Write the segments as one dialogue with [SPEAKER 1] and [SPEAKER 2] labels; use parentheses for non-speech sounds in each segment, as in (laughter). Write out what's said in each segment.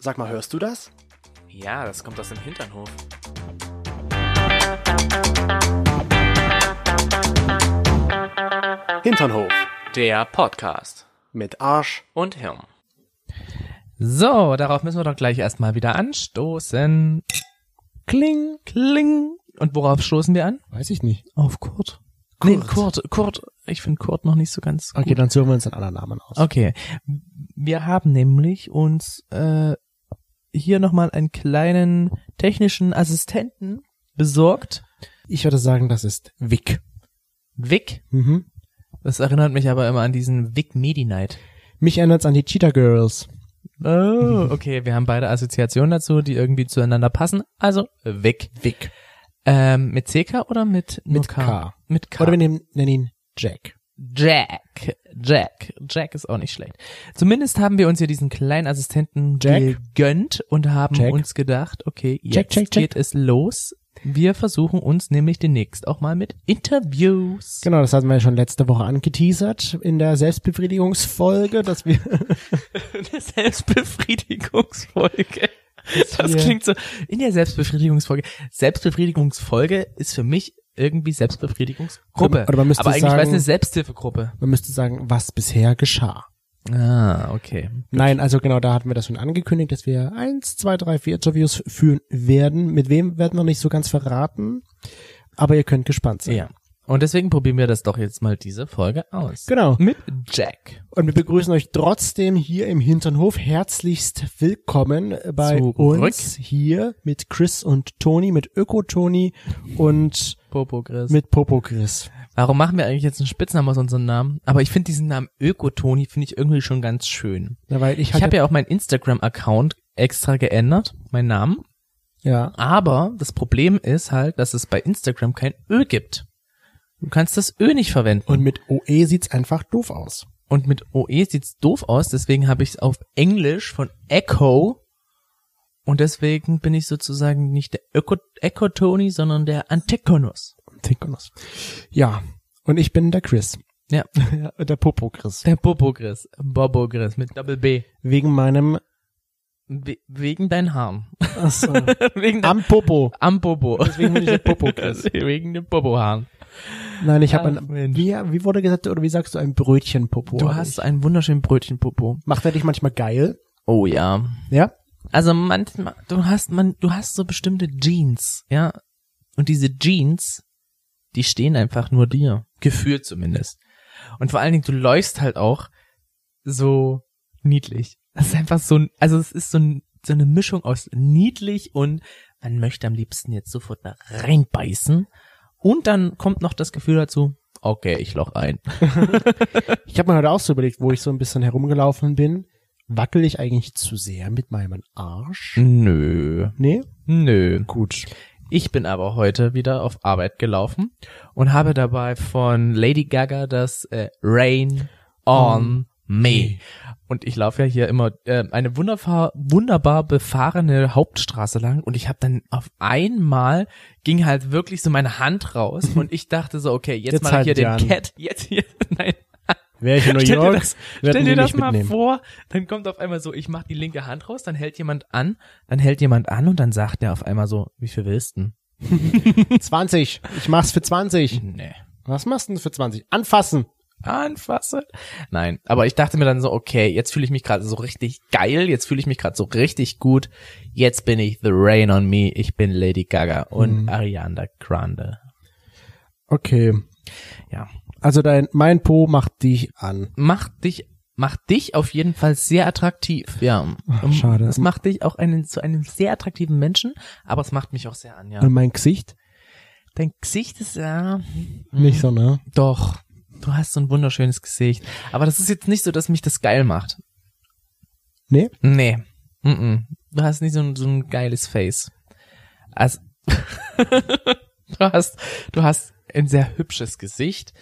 [SPEAKER 1] Sag mal, hörst du das?
[SPEAKER 2] Ja, das kommt aus dem Hinternhof.
[SPEAKER 1] Hinternhof
[SPEAKER 2] Der Podcast
[SPEAKER 1] mit Arsch.
[SPEAKER 2] und Hirn.
[SPEAKER 3] So, darauf müssen wir doch gleich erstmal wieder anstoßen. Kling, kling. Und worauf stoßen wir an?
[SPEAKER 4] Weiß ich nicht.
[SPEAKER 3] Auf Kurt. Kurt.
[SPEAKER 4] Nee,
[SPEAKER 3] Nee, Kurt, Kurt. Ich finde Kurt noch nicht so ganz
[SPEAKER 4] Okay,
[SPEAKER 3] gut.
[SPEAKER 4] dann suchen wir uns einen anderen Namen aus.
[SPEAKER 3] Okay. Wir haben nämlich uns äh, hier nochmal einen kleinen technischen Assistenten besorgt.
[SPEAKER 4] Ich würde sagen, das ist Wick.
[SPEAKER 3] Vic.
[SPEAKER 4] Mhm.
[SPEAKER 3] Das erinnert mich aber immer an diesen Vic Medi Night.
[SPEAKER 4] Mich erinnert's an die Cheetah Girls.
[SPEAKER 3] Oh, okay, wir haben beide Assoziationen dazu, die irgendwie zueinander passen. Also Vic.
[SPEAKER 4] Wick.
[SPEAKER 3] Ähm, mit CK oder mit nur
[SPEAKER 4] Mit K.
[SPEAKER 3] Mit K.
[SPEAKER 4] Oder wir nehmen, nennen ihn Jack.
[SPEAKER 3] Jack. Jack. Jack ist auch nicht schlecht. Zumindest haben wir uns hier diesen kleinen Assistenten
[SPEAKER 4] Jack.
[SPEAKER 3] gegönnt und haben
[SPEAKER 4] Jack.
[SPEAKER 3] uns gedacht, okay, jetzt
[SPEAKER 4] Jack, Jack, Jack.
[SPEAKER 3] geht es los. Wir versuchen uns nämlich demnächst auch mal mit Interviews.
[SPEAKER 4] Genau, das hatten wir ja schon letzte Woche angeteasert in der Selbstbefriedigungsfolge, dass wir (laughs)
[SPEAKER 3] der Selbstbefriedigungsfolge. Das
[SPEAKER 4] hier-
[SPEAKER 3] klingt so. In der Selbstbefriedigungsfolge. Selbstbefriedigungsfolge ist für mich irgendwie Selbstbefriedigungsgruppe.
[SPEAKER 4] Oder- oder man müsste
[SPEAKER 3] Aber eigentlich
[SPEAKER 4] sagen-
[SPEAKER 3] war es eine Selbsthilfegruppe.
[SPEAKER 4] man müsste sagen, was bisher geschah.
[SPEAKER 3] Ah, okay.
[SPEAKER 4] Nein, also genau, da hatten wir das schon angekündigt, dass wir eins, zwei, drei, vier Interviews führen werden. Mit wem werden wir nicht so ganz verraten, aber ihr könnt gespannt sein.
[SPEAKER 3] Ja. Und deswegen probieren wir das doch jetzt mal diese Folge aus.
[SPEAKER 4] Genau.
[SPEAKER 3] Mit Jack.
[SPEAKER 4] Und wir begrüßen euch trotzdem hier im Hinternhof. Herzlichst willkommen bei
[SPEAKER 3] Zurück.
[SPEAKER 4] uns hier mit Chris und Toni, mit Öko-Toni und
[SPEAKER 3] Popo Chris.
[SPEAKER 4] mit Popo-Chris.
[SPEAKER 3] Warum machen wir eigentlich jetzt einen Spitznamen aus unserem Namen? Aber ich finde diesen Namen Ökotoni finde ich irgendwie schon ganz schön.
[SPEAKER 4] Ja, weil ich
[SPEAKER 3] Ich habe
[SPEAKER 4] hatte,
[SPEAKER 3] ja auch meinen Instagram-Account extra geändert, meinen Namen.
[SPEAKER 4] ja,
[SPEAKER 3] Aber das Problem ist halt, dass es bei Instagram kein Ö gibt. Du kannst das Ö nicht verwenden.
[SPEAKER 4] und mit OE sieht's einfach doof aus.
[SPEAKER 3] Und mit OE sieht's doof aus, deswegen habe ich es auf Englisch von Echo. Und deswegen bin ich sozusagen nicht der Öko- Echo-Tony, sondern der Antikonus.
[SPEAKER 4] Tinkonos. Ja, und ich bin der Chris.
[SPEAKER 3] Ja.
[SPEAKER 4] Ja, der Popo-Chris.
[SPEAKER 3] (laughs) Der Bobo-Chris. Bobo-Chris mit Double B.
[SPEAKER 4] Wegen meinem,
[SPEAKER 3] We wegen deinen Haaren.
[SPEAKER 4] ach so,
[SPEAKER 3] (laughs)
[SPEAKER 4] (laughs)
[SPEAKER 3] wegen dein-
[SPEAKER 4] am Popo.
[SPEAKER 3] am Bobo.
[SPEAKER 4] Deswegen bin ich der Popo-Chris.
[SPEAKER 3] (laughs) wegen den Bobo-Haaren.
[SPEAKER 4] Nein, ich
[SPEAKER 3] Ach,
[SPEAKER 4] habe ein,
[SPEAKER 3] Mensch.
[SPEAKER 4] wie, wie wurde gesagt, oder wie sagst du, ein Brötchen-Popo?
[SPEAKER 3] Du
[SPEAKER 4] hab
[SPEAKER 3] hast
[SPEAKER 4] ich.
[SPEAKER 3] einen wunderschönen Brötchen-Popo.
[SPEAKER 4] Macht er dich manchmal geil?
[SPEAKER 3] Oh ja.
[SPEAKER 4] Ja?
[SPEAKER 3] Also manchmal, du hast man, du hast so bestimmte Jeans, ja. Und diese Jeans, die stehen einfach nur dir. Gefühlt zumindest. Und vor allen Dingen, du läufst halt auch so niedlich. Das ist einfach so ein, also es ist so, ein, so eine Mischung aus niedlich und man möchte am liebsten jetzt sofort da reinbeißen. Und dann kommt noch das Gefühl dazu, okay, ich loch ein.
[SPEAKER 4] Ich habe mir heute auch so überlegt, wo ich so ein bisschen herumgelaufen bin. Wackel ich eigentlich zu sehr mit meinem Arsch?
[SPEAKER 3] Nö,
[SPEAKER 4] Nee?
[SPEAKER 3] nö.
[SPEAKER 4] Gut.
[SPEAKER 3] Ich bin aber heute wieder auf Arbeit gelaufen und habe dabei von Lady Gaga das äh, Rain on Me. Und ich laufe ja hier immer äh, eine wunderbar, wunderbar befahrene Hauptstraße lang und ich habe dann auf einmal ging halt wirklich so meine Hand raus und ich dachte so, okay, jetzt,
[SPEAKER 4] Jetzt
[SPEAKER 3] mache ich hier
[SPEAKER 4] halt Jan.
[SPEAKER 3] den Cat, jetzt hier, (laughs) nein,
[SPEAKER 4] Wäre ich in New
[SPEAKER 3] (laughs) Stell dir
[SPEAKER 4] York,
[SPEAKER 3] das, stell
[SPEAKER 4] würden die
[SPEAKER 3] dir das
[SPEAKER 4] mich
[SPEAKER 3] mal
[SPEAKER 4] mitnehmen.
[SPEAKER 3] vor, dann kommt auf einmal so, ich mach die linke Hand raus, dann hält jemand an, dann hält jemand an und dann sagt er auf einmal so, wie viel willst du?
[SPEAKER 4] 20. Ich mach's für 20.
[SPEAKER 3] Nee.
[SPEAKER 4] Was machst du denn für 20? Anfassen.
[SPEAKER 3] anfassen. Nein, aber ich dachte mir dann so, okay, jetzt fühle ich mich gerade so richtig geil, jetzt fühle ich mich gerade so richtig gut. Jetzt bin ich The Rain on Me, ich bin Lady Gaga und
[SPEAKER 4] Mhm.
[SPEAKER 3] Ariana Grande.
[SPEAKER 4] Okay.
[SPEAKER 3] Ja,
[SPEAKER 4] Also dein, mein Po macht dich an.
[SPEAKER 3] macht dich macht dich auf jeden Fall sehr attraktiv. Ja, Um,
[SPEAKER 4] Ach, schade.
[SPEAKER 3] Es macht dich auch einen zu einem sehr attraktiven Menschen, aber es macht mich auch sehr an, ja.
[SPEAKER 4] Und mein Gesicht?
[SPEAKER 3] Dein Gesicht ist ja
[SPEAKER 4] Nicht so, ne?
[SPEAKER 3] doch. Du hast so ein wunderschönes Gesicht, aber das ist jetzt nicht so, dass mich das geil macht.
[SPEAKER 4] Nee?
[SPEAKER 3] Nee. Mm -mm. Du hast nicht so ein, so ein geiles Face. Also, (laughs) du hast, du hast ein sehr hübsches Gesicht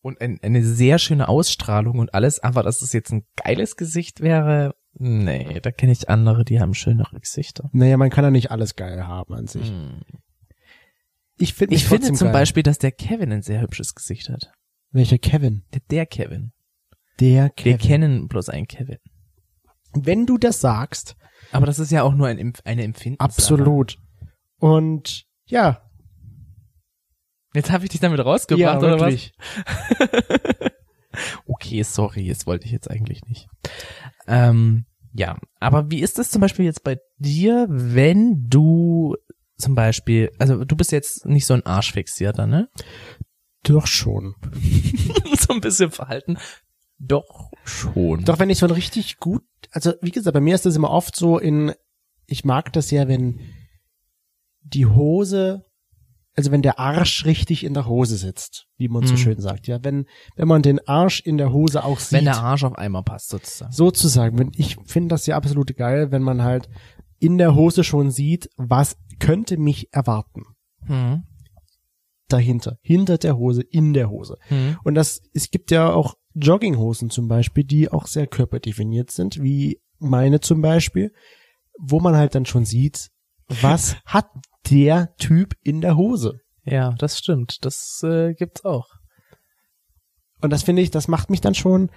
[SPEAKER 3] und ein, eine sehr schöne Ausstrahlung und alles, aber dass es jetzt ein geiles Gesicht wäre, nee, da kenne ich andere, die haben schönere Gesichter.
[SPEAKER 4] Naja, man kann ja nicht alles geil haben an sich. Mhm. Ich, find mich
[SPEAKER 3] Ich finde
[SPEAKER 4] trotzdem
[SPEAKER 3] zum
[SPEAKER 4] geil.
[SPEAKER 3] Beispiel, dass der Kevin ein sehr hübsches Gesicht hat.
[SPEAKER 4] Welcher Kevin?
[SPEAKER 3] Der, der Kevin.
[SPEAKER 4] Der
[SPEAKER 3] Wir
[SPEAKER 4] Kevin.
[SPEAKER 3] kennen bloß einen Kevin.
[SPEAKER 4] Wenn du das sagst,
[SPEAKER 3] Aber das ist ja auch nur ein, Empf- eine Empfindenssache.
[SPEAKER 4] Absolut. Und ja,
[SPEAKER 3] Jetzt habe ich dich damit rausgebracht,
[SPEAKER 4] ja,
[SPEAKER 3] oder was?
[SPEAKER 4] wirklich.
[SPEAKER 3] (laughs) Okay, sorry, das wollte ich jetzt eigentlich nicht. Ähm, ja, aber wie ist es zum Beispiel jetzt bei dir, wenn du zum Beispiel, also du bist jetzt nicht so ein Arschfixierter, ne? Um
[SPEAKER 4] Doch schon.
[SPEAKER 3] so ein bisschen verhalten. Doch schon.
[SPEAKER 4] Doch wenn ich so ein richtig gut, also wie gesagt, bei mir ist das immer oft so in, ich mag das ja, wenn die Hose, also wenn der Arsch richtig in der Hose sitzt, wie man so
[SPEAKER 3] Mhm.
[SPEAKER 4] schön sagt, ja, wenn, wenn man den Arsch in der Hose auch sieht.
[SPEAKER 3] wenn der Arsch auf einmal passt, sozusagen.
[SPEAKER 4] sozusagen, wenn ich finde das ja absolut geil, wenn man halt in der Hose schon sieht, was könnte mich erwarten
[SPEAKER 3] Hm.
[SPEAKER 4] dahinter, hinter der Hose, in der Hose.
[SPEAKER 3] Hm.
[SPEAKER 4] Und das, es gibt ja auch Jogginghosen zum Beispiel, die auch sehr körperdefiniert sind, wie meine zum Beispiel, wo man halt dann schon sieht, was hat der Typ in der Hose?
[SPEAKER 3] Ja, das stimmt. Das äh, gibt's auch.
[SPEAKER 4] Und das finde ich, das macht mich dann schon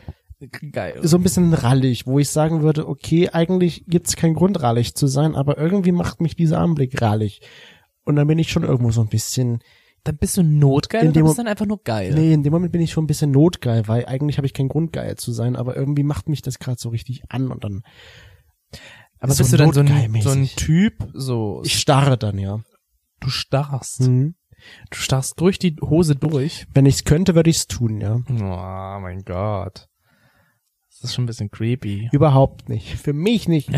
[SPEAKER 3] Geil.
[SPEAKER 4] so ein bisschen rallig, wo ich sagen würde, okay, eigentlich gibt's keinen Grund, rallig zu sein, aber irgendwie macht mich dieser Anblick rallig. Und dann bin ich schon irgendwo so ein bisschen,
[SPEAKER 3] Dann bist du notgeil
[SPEAKER 4] In
[SPEAKER 3] oder
[SPEAKER 4] dem
[SPEAKER 3] bist
[SPEAKER 4] Mo-
[SPEAKER 3] dann einfach nur geil.
[SPEAKER 4] nee, in dem Moment bin ich schon ein bisschen notgeil, weil eigentlich habe ich keinen Grund, geil zu sein, aber irgendwie macht mich das gerade so richtig an und dann
[SPEAKER 3] Aber
[SPEAKER 4] so
[SPEAKER 3] bist du dann so ein,
[SPEAKER 4] notgeilmäßig.
[SPEAKER 3] so ein Typ, so
[SPEAKER 4] ich starre dann, ja.
[SPEAKER 3] du starrst.
[SPEAKER 4] Mhm.
[SPEAKER 3] Du starrst durch die Hose durch.
[SPEAKER 4] Wenn ich's könnte, würde ich's tun, ja.
[SPEAKER 3] Oh mein Gott. Das ist schon ein bisschen creepy.
[SPEAKER 4] Überhaupt nicht. Für mich
[SPEAKER 3] (laughs)
[SPEAKER 4] nicht.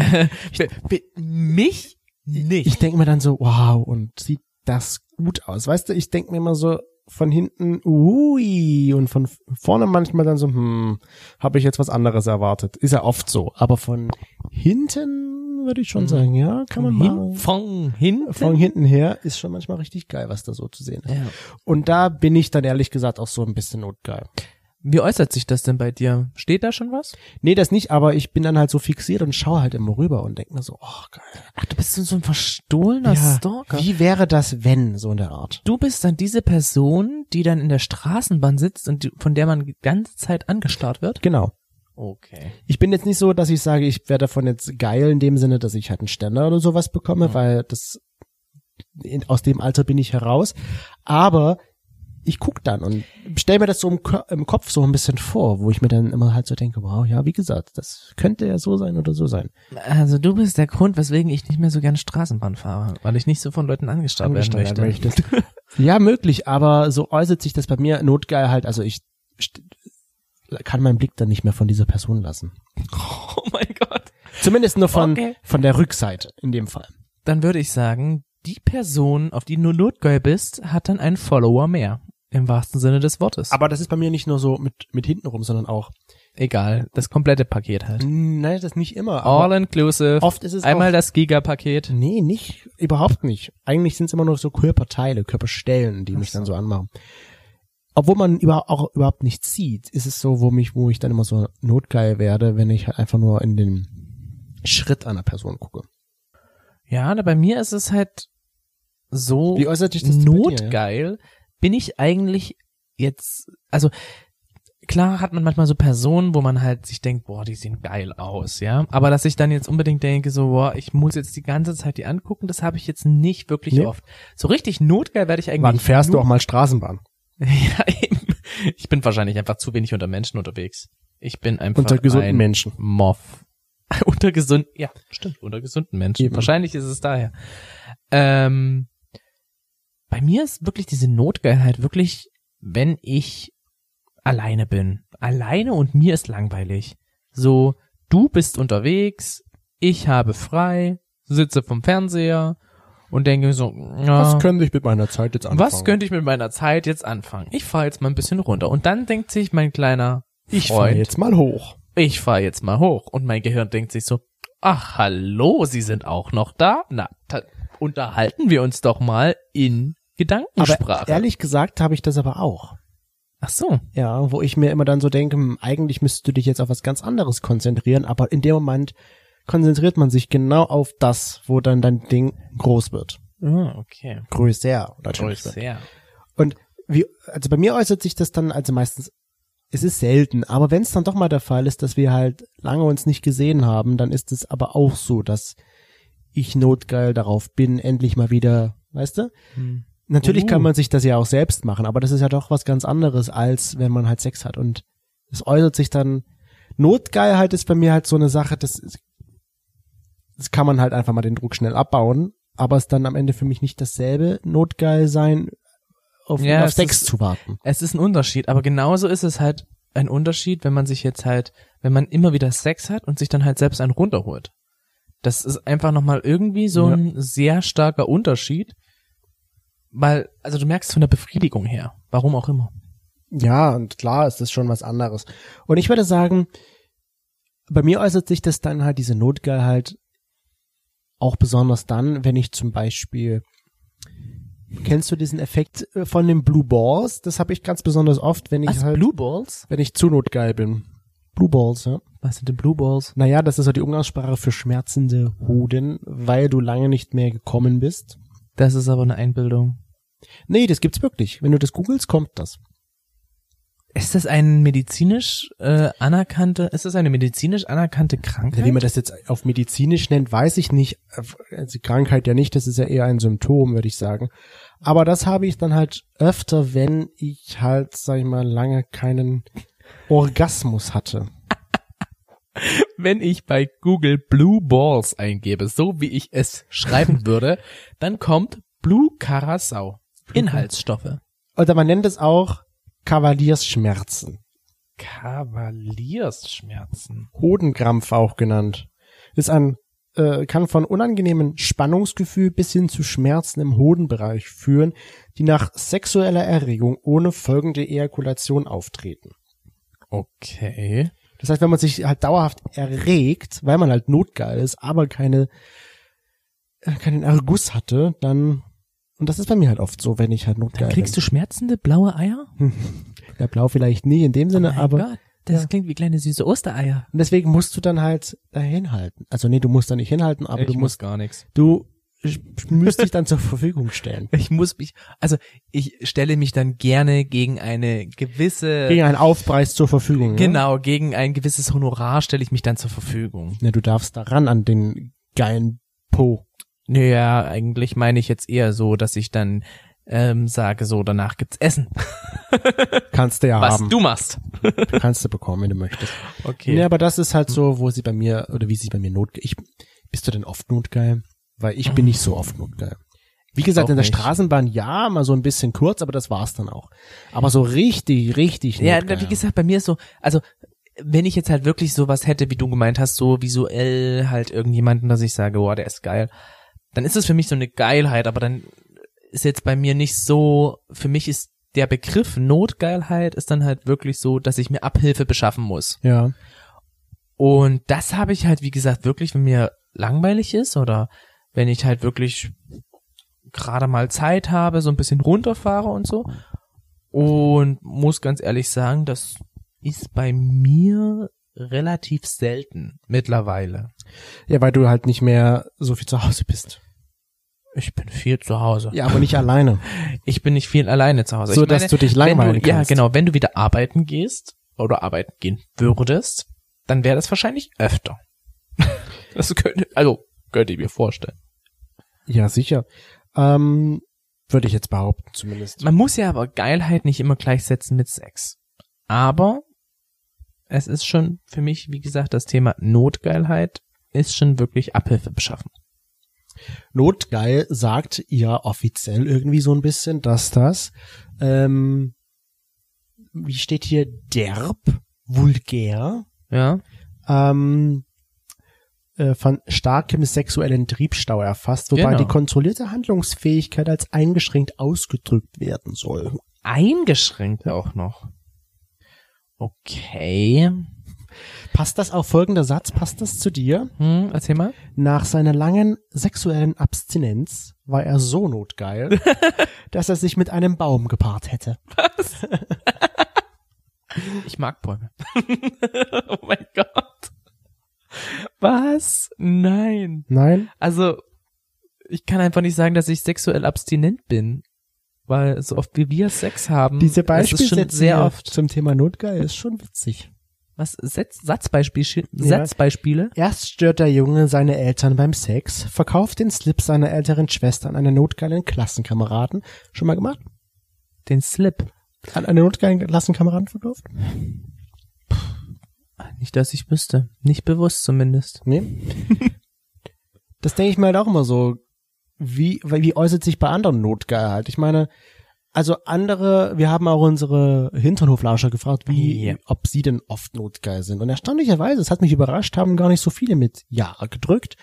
[SPEAKER 3] mich
[SPEAKER 4] Ich
[SPEAKER 3] nicht.
[SPEAKER 4] denke mir dann so, wow, und sieht das gut aus. Weißt du, ich denke mir immer so von hinten, ui, und von vorne manchmal dann so, hm, habe ich jetzt was anderes erwartet. Ist ja oft so. Aber von hinten würde ich schon
[SPEAKER 3] Mhm.
[SPEAKER 4] sagen, ja, kann man
[SPEAKER 3] hin,
[SPEAKER 4] machen.
[SPEAKER 3] von hin,
[SPEAKER 4] Von hinten her ist schon manchmal richtig geil, was da so zu sehen ist.
[SPEAKER 3] Ja.
[SPEAKER 4] Und da bin ich dann ehrlich gesagt auch so ein bisschen notgeil.
[SPEAKER 3] Wie äußert sich das denn bei dir? Steht da schon was?
[SPEAKER 4] Nee, das nicht, aber ich bin dann halt so fixiert und schaue halt immer rüber und denke mir so, oh geil.
[SPEAKER 3] Ach, du bist so ein verstohlener Stalker.
[SPEAKER 4] Wie wäre das, wenn, so in der Art?
[SPEAKER 3] Du bist dann diese Person, die dann in der Straßenbahn sitzt und die, von der man die ganze Zeit angestarrt wird?
[SPEAKER 4] Genau.
[SPEAKER 3] Okay.
[SPEAKER 4] Ich bin jetzt nicht so, dass ich sage, ich werde davon jetzt geil in dem Sinne, dass ich halt einen Ständer oder sowas bekomme, weil das in, aus dem Alter bin ich heraus. Aber ich guck dann und stell mir das so im, Ko- im Kopf so ein bisschen vor, wo ich mir dann immer halt so denke, wow, ja, wie gesagt, das könnte ja so sein oder so sein.
[SPEAKER 3] Also du bist der Grund, weswegen ich nicht mehr so gerne Straßenbahn fahre, weil ich nicht so von Leuten angestarrt,
[SPEAKER 4] Angesteuert
[SPEAKER 3] werden möchte.
[SPEAKER 4] möchtest. (laughs) ja, möglich, aber so äußert sich das bei mir notgeil halt, also ich st- kann meinen Blick dann nicht mehr von dieser Person lassen.
[SPEAKER 3] (laughs) Oh mein Gott.
[SPEAKER 4] Zumindest nur von,
[SPEAKER 3] Okay.
[SPEAKER 4] von der Rückseite in dem Fall.
[SPEAKER 3] Dann würde ich sagen, die Person, auf die du notgeil bist, hat dann einen Follower mehr. Im wahrsten Sinne des Wortes.
[SPEAKER 4] Aber das ist bei mir nicht nur so mit, mit hintenrum, sondern auch.
[SPEAKER 3] Egal, das komplette Paket halt.
[SPEAKER 4] Nein, das nicht immer.
[SPEAKER 3] All
[SPEAKER 4] Aber
[SPEAKER 3] inclusive.
[SPEAKER 4] oft ist es auch-
[SPEAKER 3] Einmal
[SPEAKER 4] Hm.
[SPEAKER 3] das Giga-Paket.
[SPEAKER 4] nee, nicht, überhaupt nicht. Eigentlich sind es immer nur so Körperteile, Körperstellen, die mich dann so anmachen. Obwohl man über, auch überhaupt nichts sieht, ist es so, wo mich, wo ich dann immer so notgeil werde, wenn ich halt einfach nur in den Schritt einer Person gucke.
[SPEAKER 3] Ja, na, bei mir ist es halt so
[SPEAKER 4] Wie äußert sich das bei dir,
[SPEAKER 3] notgeil, bin ich eigentlich jetzt, also klar hat man manchmal so Personen, wo man halt sich denkt, boah, die sehen geil aus, ja. Aber dass ich dann jetzt unbedingt denke, so, boah, ich muss jetzt die ganze Zeit die angucken, das habe ich jetzt nicht wirklich
[SPEAKER 4] Nee.
[SPEAKER 3] oft. So richtig notgeil werde ich eigentlich.
[SPEAKER 4] Wann fährst du
[SPEAKER 3] nur-
[SPEAKER 4] auch mal Straßenbahn?
[SPEAKER 3] (laughs) Ja, eben. Ich bin wahrscheinlich einfach zu wenig unter Menschen unterwegs. Ich bin einfach
[SPEAKER 4] Unter gesunden
[SPEAKER 3] ein
[SPEAKER 4] Menschen. (laughs)
[SPEAKER 3] Moff. unter gesunden, ja, stimmt, unter gesunden Menschen.
[SPEAKER 4] Eben.
[SPEAKER 3] Wahrscheinlich ist es daher. Ähm, bei mir ist wirklich diese Notgeilheit wirklich, wenn ich alleine bin. Alleine und mir ist langweilig. So, du bist unterwegs, ich habe frei, sitze vom Fernseher und denke so, ja,
[SPEAKER 4] könnte ich mit meiner Zeit jetzt
[SPEAKER 3] was könnte ich mit meiner Zeit jetzt anfangen? Ich fahre jetzt mal ein bisschen runter. Und dann denkt sich mein kleiner
[SPEAKER 4] ich fahr
[SPEAKER 3] Freund,
[SPEAKER 4] jetzt mal hoch.
[SPEAKER 3] ich fahre jetzt mal hoch. Und mein Gehirn denkt sich so, ach hallo, Sie sind auch noch da? Na, ta- unterhalten wir uns doch mal in Gedankensprache.
[SPEAKER 4] Aber ehrlich gesagt habe ich das aber auch.
[SPEAKER 3] ach so.
[SPEAKER 4] Ja, wo ich mir immer dann so denke, hm, eigentlich müsstest du dich jetzt auf was ganz anderes konzentrieren, aber in dem Moment konzentriert man sich genau auf das, wo dann dein Ding groß wird.
[SPEAKER 3] Ah, okay.
[SPEAKER 4] Größer. Natürlich.
[SPEAKER 3] Sehr.
[SPEAKER 4] Und wie, also bei mir äußert sich das dann also meistens es ist selten. Aber wenn es dann doch mal der Fall ist, dass wir halt lange uns nicht gesehen haben, dann ist es aber auch so, dass ich notgeil darauf bin, endlich mal wieder, weißt du? Natürlich
[SPEAKER 3] Uh.
[SPEAKER 4] kann man sich das ja auch selbst machen, aber das ist ja doch was ganz anderes, als wenn man halt Sex hat. Und es äußert sich dann, Notgeilheit ist bei mir halt so eine Sache, das, ist- das kann man halt einfach mal den Druck schnell abbauen, aber es ist dann am Ende für mich nicht dasselbe Notgeil sein, auf,
[SPEAKER 3] Ja,
[SPEAKER 4] auf
[SPEAKER 3] es
[SPEAKER 4] Sex
[SPEAKER 3] ist-
[SPEAKER 4] zu warten.
[SPEAKER 3] Es ist ein Unterschied, aber genauso ist es halt ein Unterschied, wenn man sich jetzt halt, wenn man immer wieder Sex hat und sich dann halt selbst einen runterholt. Das ist einfach nochmal irgendwie so
[SPEAKER 4] Ja.
[SPEAKER 3] ein sehr starker Unterschied, weil, also du merkst von der Befriedigung her, warum auch immer.
[SPEAKER 4] Ja, und klar ist das schon was anderes. Und ich würde sagen, bei mir äußert sich das dann halt, diese Notgeil halt, auch besonders dann, wenn ich zum Beispiel, kennst du diesen Effekt äh, von den Blue Balls? Das habe ich ganz besonders oft, wenn ich
[SPEAKER 3] Was,
[SPEAKER 4] halt,
[SPEAKER 3] Also Blue Balls?
[SPEAKER 4] wenn ich zu notgeil bin. Blue Balls, ja.
[SPEAKER 3] Was sind denn Blue Balls?
[SPEAKER 4] Naja, das ist so die Umgangssprache für schmerzende Hoden, weil du lange nicht mehr gekommen bist.
[SPEAKER 3] Das ist aber eine Einbildung.
[SPEAKER 4] Nee, das gibt's wirklich. Wenn du das googelst, kommt das.
[SPEAKER 3] Ist das ein medizinisch äh, anerkannte, ist das eine medizinisch anerkannte
[SPEAKER 4] Ja, Wie
[SPEAKER 3] Krankheit?
[SPEAKER 4] man das jetzt auf medizinisch nennt, weiß ich nicht. Also Krankheit ja nicht, das ist ja eher ein Symptom, würde ich sagen. Aber das habe ich dann halt öfter, wenn ich halt, sag ich mal, lange keinen Orgasmus hatte.
[SPEAKER 3] Wenn ich bei Google Blue Balls eingebe, so wie ich es (laughs) schreiben würde, dann kommt Blue Carasau. Inhaltsstoffe.
[SPEAKER 4] Oder man nennt es auch Kavaliersschmerzen.
[SPEAKER 3] Kavaliersschmerzen.
[SPEAKER 4] Hodenkrampf auch genannt. Ist ein, äh, kann von unangenehmen Spannungsgefühl bis hin zu Schmerzen im Hodenbereich führen, die nach sexueller Erregung ohne folgende Ejakulation auftreten.
[SPEAKER 3] Okay.
[SPEAKER 4] Das heißt, wenn man sich halt dauerhaft erregt, weil man halt notgeil ist, aber keine, äh, keinen Erguss hatte, dann, und das ist bei mir halt oft so, wenn ich halt notgeil
[SPEAKER 3] Kriegst du schmerzende blaue Eier?
[SPEAKER 4] bin. Ja, blau vielleicht nie in dem Sinne,
[SPEAKER 3] Mein
[SPEAKER 4] aber,
[SPEAKER 3] Gott, das klingt wie kleine süße Ostereier.
[SPEAKER 4] und deswegen musst du dann halt da hinhalten. Also nee, du musst da nicht hinhalten, aber
[SPEAKER 3] ich
[SPEAKER 4] du musst,
[SPEAKER 3] gar nichts.
[SPEAKER 4] du sch- müsst dich dann zur Verfügung stellen.
[SPEAKER 3] (laughs) Ich muss mich, also ich stelle mich dann gerne gegen eine gewisse,
[SPEAKER 4] Gegen einen Aufpreis zur Verfügung. Ja?
[SPEAKER 3] genau, gegen ein gewisses Honorar stelle ich mich dann zur Verfügung.
[SPEAKER 4] Ne, du darfst daran an den geilen Po.
[SPEAKER 3] Naja, eigentlich meine ich jetzt eher so, dass ich dann ähm, sage, so danach gibt's Essen,
[SPEAKER 4] Kannst du ja
[SPEAKER 3] was
[SPEAKER 4] haben.
[SPEAKER 3] du machst.
[SPEAKER 4] Kannst du bekommen, wenn du
[SPEAKER 3] (laughs)
[SPEAKER 4] möchtest.
[SPEAKER 3] Okay.
[SPEAKER 4] Nee, aber das ist halt so, wo sie bei mir, oder wie sie bei mir notgeil. Ich, bist du denn oft notgeil? Weil ich bin nicht so oft notgeil. Wie gesagt,
[SPEAKER 3] Auch
[SPEAKER 4] in der
[SPEAKER 3] nicht.
[SPEAKER 4] Straßenbahn ja, mal so ein bisschen kurz, aber das war's dann auch. Aber so richtig, richtig
[SPEAKER 3] Ja,
[SPEAKER 4] notgeil.
[SPEAKER 3] wie gesagt, bei mir ist so, also wenn ich jetzt halt wirklich sowas hätte, wie du gemeint hast, so visuell halt irgendjemanden, dass ich sage, boah, der ist geil, dann ist es für mich so eine Geilheit, aber dann ist jetzt bei mir nicht so, für mich ist der Begriff Notgeilheit ist dann halt wirklich so, dass ich mir Abhilfe beschaffen muss.
[SPEAKER 4] Ja.
[SPEAKER 3] Und das habe ich halt, wie gesagt, wirklich, wenn mir langweilig ist oder wenn ich halt wirklich gerade mal Zeit habe, so ein bisschen runterfahre und so. Und muss ganz ehrlich sagen, das ist bei mir relativ selten mittlerweile.
[SPEAKER 4] Ja, weil du halt nicht mehr so viel zu Hause bist.
[SPEAKER 3] Ich bin viel zu Hause.
[SPEAKER 4] Ja, aber nicht alleine.
[SPEAKER 3] Ich bin nicht viel alleine zu Hause.
[SPEAKER 4] So,
[SPEAKER 3] Also ich meine,
[SPEAKER 4] dass du dich
[SPEAKER 3] wenn
[SPEAKER 4] langweilen
[SPEAKER 3] du, Ja,
[SPEAKER 4] kannst.
[SPEAKER 3] genau. Wenn du wieder arbeiten gehst oder arbeiten gehen würdest, dann wäre das wahrscheinlich öfter. (laughs) das könnte, also könnte ich mir vorstellen.
[SPEAKER 4] Ja, sicher. Ähm, würde ich jetzt behaupten, zumindest.
[SPEAKER 3] Man muss ja aber Geilheit nicht immer gleichsetzen mit Sex. Aber es ist schon für mich, wie gesagt, das Thema Notgeilheit ist schon wirklich Abhilfe beschaffen.
[SPEAKER 4] Notgeil sagt ja offiziell irgendwie so ein bisschen, dass das, ähm, wie steht hier, derb, vulgär,
[SPEAKER 3] Ja.
[SPEAKER 4] ähm, äh, von starkem sexuellen Triebstau erfasst, wobei
[SPEAKER 3] Genau.
[SPEAKER 4] die kontrollierte Handlungsfähigkeit als eingeschränkt ausgedrückt werden soll.
[SPEAKER 3] Eingeschränkt auch noch. Okay.
[SPEAKER 4] Passt das auf folgender Satz? Passt das zu dir?
[SPEAKER 3] Hm, erzähl mal.
[SPEAKER 4] Nach seiner langen sexuellen Abstinenz war er so
[SPEAKER 3] (laughs)
[SPEAKER 4] notgeil, dass er sich mit einem Baum gepaart hätte.
[SPEAKER 3] Ich mag (laughs) Bäume. oh mein Gott. Was? Nein.
[SPEAKER 4] Nein?
[SPEAKER 3] Also, ich kann einfach nicht sagen, dass ich sexuell abstinent bin. weil so oft wie wir Sex haben,
[SPEAKER 4] Diese
[SPEAKER 3] das ist schon
[SPEAKER 4] Beispiele
[SPEAKER 3] sehr oft.
[SPEAKER 4] zum Thema Notgeil ist schon witzig.
[SPEAKER 3] Was Setz, Satzbeispiele?
[SPEAKER 4] Ja.
[SPEAKER 3] Satzbeispiele?
[SPEAKER 4] Erst stört der Junge seine Eltern beim Sex, verkauft den Slip seiner älteren Schwester an einen notgeilen Klassenkameraden. Schon mal gemacht?
[SPEAKER 3] Den Slip.
[SPEAKER 4] An einen notgeilen Klassenkameraden verkauft?
[SPEAKER 3] Nicht, dass ich wüsste. Nicht bewusst zumindest.
[SPEAKER 4] Nee. (laughs) das denke ich mir halt auch immer so. Wie, weil wie äußert sich bei anderen Notgeil halt? Ich meine, also andere, wir haben auch unsere Hinternhoflauscher gefragt, wie,
[SPEAKER 3] Ja.
[SPEAKER 4] ob sie denn oft notgeil sind. Und erstaunlicherweise, es hat mich überrascht, haben gar nicht so viele mit Ja gedrückt,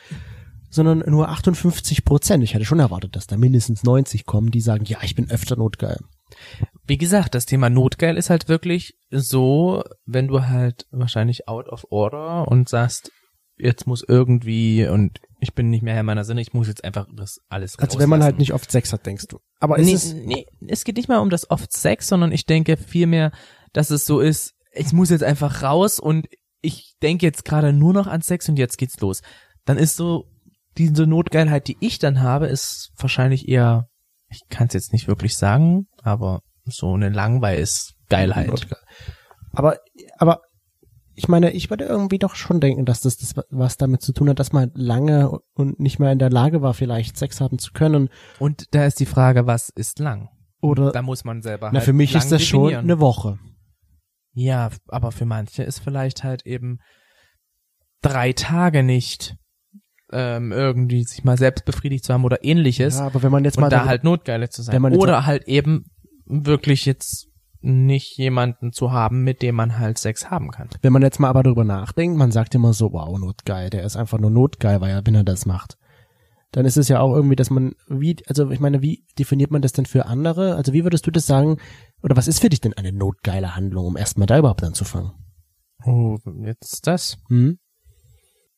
[SPEAKER 4] sondern nur 58 Prozent. Ich hätte schon erwartet, dass da mindestens 90 kommen, die sagen, ja, ich bin öfter notgeil.
[SPEAKER 3] Wie gesagt, das Thema Notgeil ist halt wirklich so, wenn du halt wahrscheinlich out of order und sagst, jetzt muss irgendwie und ich bin nicht mehr Herr meiner Sinne, ich muss jetzt einfach das alles
[SPEAKER 4] Also wenn man
[SPEAKER 3] rauslassen.
[SPEAKER 4] halt nicht oft Sex hat, denkst du. Aber es
[SPEAKER 3] nee,
[SPEAKER 4] ist,
[SPEAKER 3] nee, es geht nicht mal um das oft Sex, sondern ich denke vielmehr, dass es so ist, ich muss jetzt einfach raus und ich denke jetzt gerade nur noch an Sex und jetzt geht's los. Dann ist so, diese Notgeilheit, die ich dann habe, ist wahrscheinlich eher, ich kann es jetzt nicht wirklich sagen, aber so eine Langweilsgeilheit.
[SPEAKER 4] Aber, aber ich meine, ich würde irgendwie doch schon denken, dass das, das was damit zu tun hat, dass man halt lange und nicht mehr in der Lage war, vielleicht Sex haben zu können.
[SPEAKER 3] Und da ist die Frage, was ist lang?
[SPEAKER 4] Oder
[SPEAKER 3] Da muss man selber
[SPEAKER 4] na,
[SPEAKER 3] halt
[SPEAKER 4] für mich
[SPEAKER 3] lang
[SPEAKER 4] ist das schon
[SPEAKER 3] definieren.
[SPEAKER 4] eine Woche.
[SPEAKER 3] Ja, f- aber für manche ist vielleicht halt eben drei Tage nicht ähm, irgendwie sich mal selbst befriedigt zu haben oder ähnliches
[SPEAKER 4] Ja, aber wenn man jetzt mal
[SPEAKER 3] und da
[SPEAKER 4] darüber-
[SPEAKER 3] halt notgeile zu sein.
[SPEAKER 4] wenn man jetzt
[SPEAKER 3] Oder halt eben wirklich jetzt nicht jemanden zu haben, mit dem man halt Sex haben kann.
[SPEAKER 4] wenn man jetzt mal aber darüber nachdenkt, man sagt immer so, wow, notgeil, der ist einfach nur notgeil, weil er, wenn er das macht. Dann ist es ja auch irgendwie, dass man, wie, also ich meine, wie definiert man das denn für andere? Also wie würdest du das sagen? Oder was ist für dich denn eine notgeile Handlung, um erstmal da überhaupt anzufangen?
[SPEAKER 3] Oh, jetzt das.
[SPEAKER 4] Hm?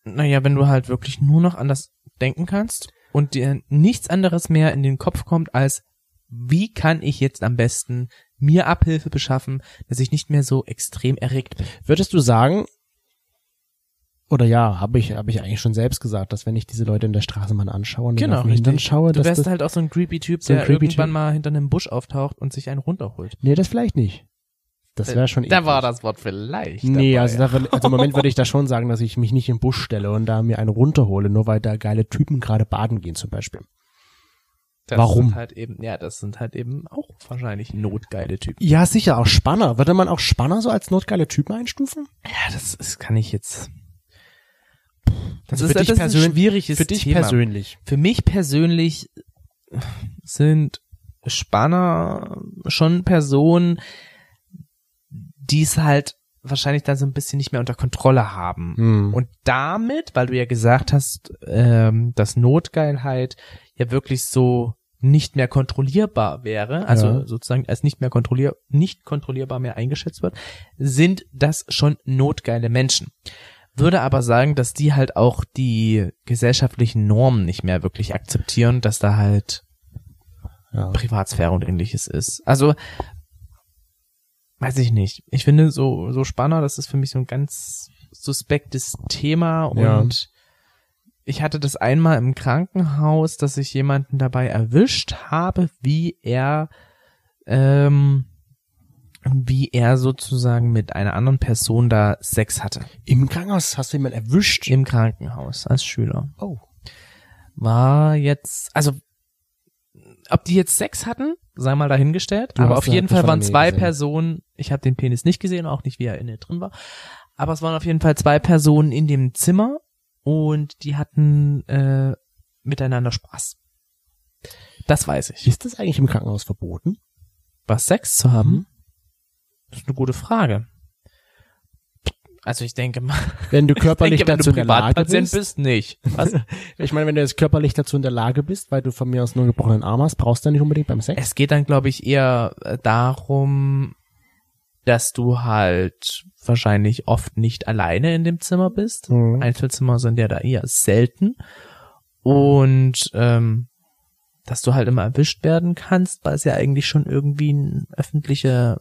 [SPEAKER 3] Naja, wenn du halt wirklich nur noch an das denken kannst und dir nichts anderes mehr in den Kopf kommt als, wie kann ich jetzt am besten mir Abhilfe beschaffen, dass ich nicht mehr so extrem erregt bin.
[SPEAKER 4] Würdest du sagen, oder ja, habe ich, habe ich eigentlich schon selbst gesagt, dass wenn ich diese Leute in der Straßenbahn anschaue und
[SPEAKER 3] Genau,
[SPEAKER 4] dann Hintern
[SPEAKER 3] richtig.
[SPEAKER 4] schaue,
[SPEAKER 3] Du
[SPEAKER 4] dass
[SPEAKER 3] wärst
[SPEAKER 4] das,
[SPEAKER 3] halt auch so ein creepy Typ,
[SPEAKER 4] so ein
[SPEAKER 3] der
[SPEAKER 4] creepy
[SPEAKER 3] irgendwann
[SPEAKER 4] Typ.
[SPEAKER 3] mal hinter einem Busch auftaucht und sich einen runterholt.
[SPEAKER 4] nee, das vielleicht nicht. Das wäre schon eklig.
[SPEAKER 3] Äh, das Wort vielleicht.
[SPEAKER 4] Nee, also, da, würd- also im Moment würde ich da schon sagen, dass ich mich nicht im Busch stelle und da mir einen runterhole, nur weil da geile Typen gerade baden gehen zum Beispiel.
[SPEAKER 3] das
[SPEAKER 4] warum?
[SPEAKER 3] Sind halt eben, ja, das sind halt eben auch wahrscheinlich notgeile Typen.
[SPEAKER 4] Ja, sicher, auch Spanner. Würde man auch Spanner so als notgeile Typen einstufen?
[SPEAKER 3] Ja, das, das kann ich jetzt. Das
[SPEAKER 4] Also
[SPEAKER 3] ist,
[SPEAKER 4] für
[SPEAKER 3] halt,
[SPEAKER 4] dich
[SPEAKER 3] das ist ein
[SPEAKER 4] persönlich-
[SPEAKER 3] schwieriges
[SPEAKER 4] Für dich
[SPEAKER 3] Thema.
[SPEAKER 4] persönlich.
[SPEAKER 3] Für mich persönlich sind Spanner schon Personen, die es halt wahrscheinlich dann so ein bisschen nicht mehr unter Kontrolle haben.
[SPEAKER 4] Hm.
[SPEAKER 3] Und damit, weil du ja gesagt hast, ähm, dass Notgeilheit ja wirklich so nicht mehr kontrollierbar wäre, also
[SPEAKER 4] Ja.
[SPEAKER 3] sozusagen als nicht mehr kontrollier nicht kontrollierbar mehr eingeschätzt wird, sind das schon notgeile Menschen. Würde aber sagen, dass die halt auch die gesellschaftlichen Normen nicht mehr wirklich akzeptieren, dass da halt
[SPEAKER 4] Ja.
[SPEAKER 3] Privatsphäre und ähnliches ist. Also, weiß ich nicht. Ich finde so, so Spanner, das ist für mich so ein ganz suspektes Thema und
[SPEAKER 4] Ja.
[SPEAKER 3] ich hatte das einmal im Krankenhaus, dass ich jemanden dabei erwischt habe, wie er, ähm, wie er sozusagen mit einer anderen Person da Sex hatte.
[SPEAKER 4] Im Krankenhaus hast du jemanden erwischt.
[SPEAKER 3] Im Krankenhaus als Schüler
[SPEAKER 4] Oh.
[SPEAKER 3] war jetzt, also ob die jetzt Sex hatten, sei mal dahingestellt.
[SPEAKER 4] Du
[SPEAKER 3] aber
[SPEAKER 4] hast
[SPEAKER 3] auf
[SPEAKER 4] ihn
[SPEAKER 3] jeden
[SPEAKER 4] halt nur
[SPEAKER 3] Fall
[SPEAKER 4] von
[SPEAKER 3] waren
[SPEAKER 4] der Nähe
[SPEAKER 3] zwei
[SPEAKER 4] gesehen.
[SPEAKER 3] Personen, ich habe den Penis nicht gesehen, auch nicht wie er innen drin war, aber es waren auf jeden Fall zwei Personen in dem Zimmer und die hatten äh, miteinander Spaß. Das weiß ich.
[SPEAKER 4] Ist das eigentlich im Krankenhaus verboten?
[SPEAKER 3] Was Sex zu
[SPEAKER 4] Mhm.
[SPEAKER 3] haben? Das ist eine gute Frage. Also ich denke mal,
[SPEAKER 4] Wenn du
[SPEAKER 3] ich
[SPEAKER 4] körperlich
[SPEAKER 3] denke, wenn
[SPEAKER 4] dazu
[SPEAKER 3] du
[SPEAKER 4] in der Lage
[SPEAKER 3] Privatpatient
[SPEAKER 4] bist.
[SPEAKER 3] bist, nicht. Was?
[SPEAKER 4] Ich meine, wenn du jetzt körperlich dazu in der Lage bist, weil du von mir aus nur einen gebrochenen Arm hast, brauchst du ja nicht unbedingt beim Sex.
[SPEAKER 3] Es geht dann, glaube ich, eher äh, darum, dass du halt wahrscheinlich oft nicht alleine in dem Zimmer bist.
[SPEAKER 4] Mhm.
[SPEAKER 3] Einzelzimmer sind ja da eher selten. Und ähm, dass du halt immer erwischt werden kannst, weil es ja eigentlich schon irgendwie ein öffentlicher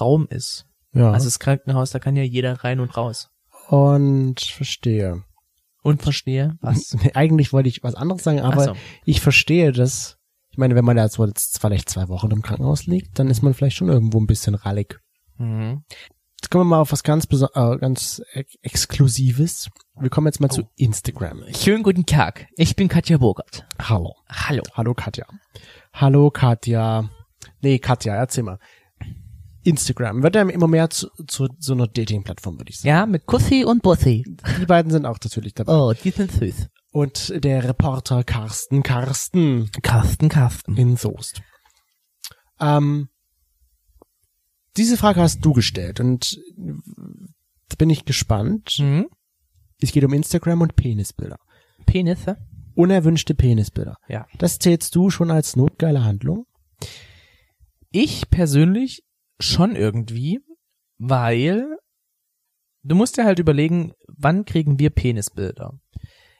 [SPEAKER 3] Raum ist.
[SPEAKER 4] Ja.
[SPEAKER 3] Also das Krankenhaus, da kann ja jeder rein und raus.
[SPEAKER 4] und verstehe. (laughs)
[SPEAKER 3] Und verstehe, was. Mhm.
[SPEAKER 4] Nee, Eigentlich wollte ich was anderes sagen, aber
[SPEAKER 3] Ach so.
[SPEAKER 4] ich verstehe das. Ich meine, wenn man da jetzt wohl jetzt vielleicht zwei Wochen im Krankenhaus liegt, dann ist man vielleicht schon irgendwo ein bisschen rallig.
[SPEAKER 3] Mhm.
[SPEAKER 4] Jetzt kommen wir mal auf was ganz, beso- äh, ganz ex Exklusives. Wir kommen
[SPEAKER 3] Oh.
[SPEAKER 4] jetzt mal zu Instagram.
[SPEAKER 3] Schönen guten Tag. Ich bin Katja Burkert.
[SPEAKER 4] Hallo.
[SPEAKER 3] Hallo.
[SPEAKER 4] Hallo Katja. Hallo Katja. Nee, Katja, erzähl mal. Instagram wird ja immer mehr zu, zu so einer Dating-Plattform, würde ich sagen.
[SPEAKER 3] Ja, mit Kussi und Bussi.
[SPEAKER 4] Die beiden sind auch natürlich dabei.
[SPEAKER 3] Oh, die sind süß.
[SPEAKER 4] Und der Reporter Carsten Carsten
[SPEAKER 3] Carsten, Carsten.
[SPEAKER 4] in Soest. Ähm, diese Frage hast du gestellt und da bin ich gespannt.
[SPEAKER 3] Mhm.
[SPEAKER 4] Es geht um Instagram und Penisbilder.
[SPEAKER 3] Penisse?
[SPEAKER 4] Unerwünschte Penisbilder.
[SPEAKER 3] Ja.
[SPEAKER 4] Das zählst du schon als notgeile Handlung?
[SPEAKER 3] Ich persönlich schon irgendwie, weil du musst dir halt überlegen, wann kriegen wir Penisbilder?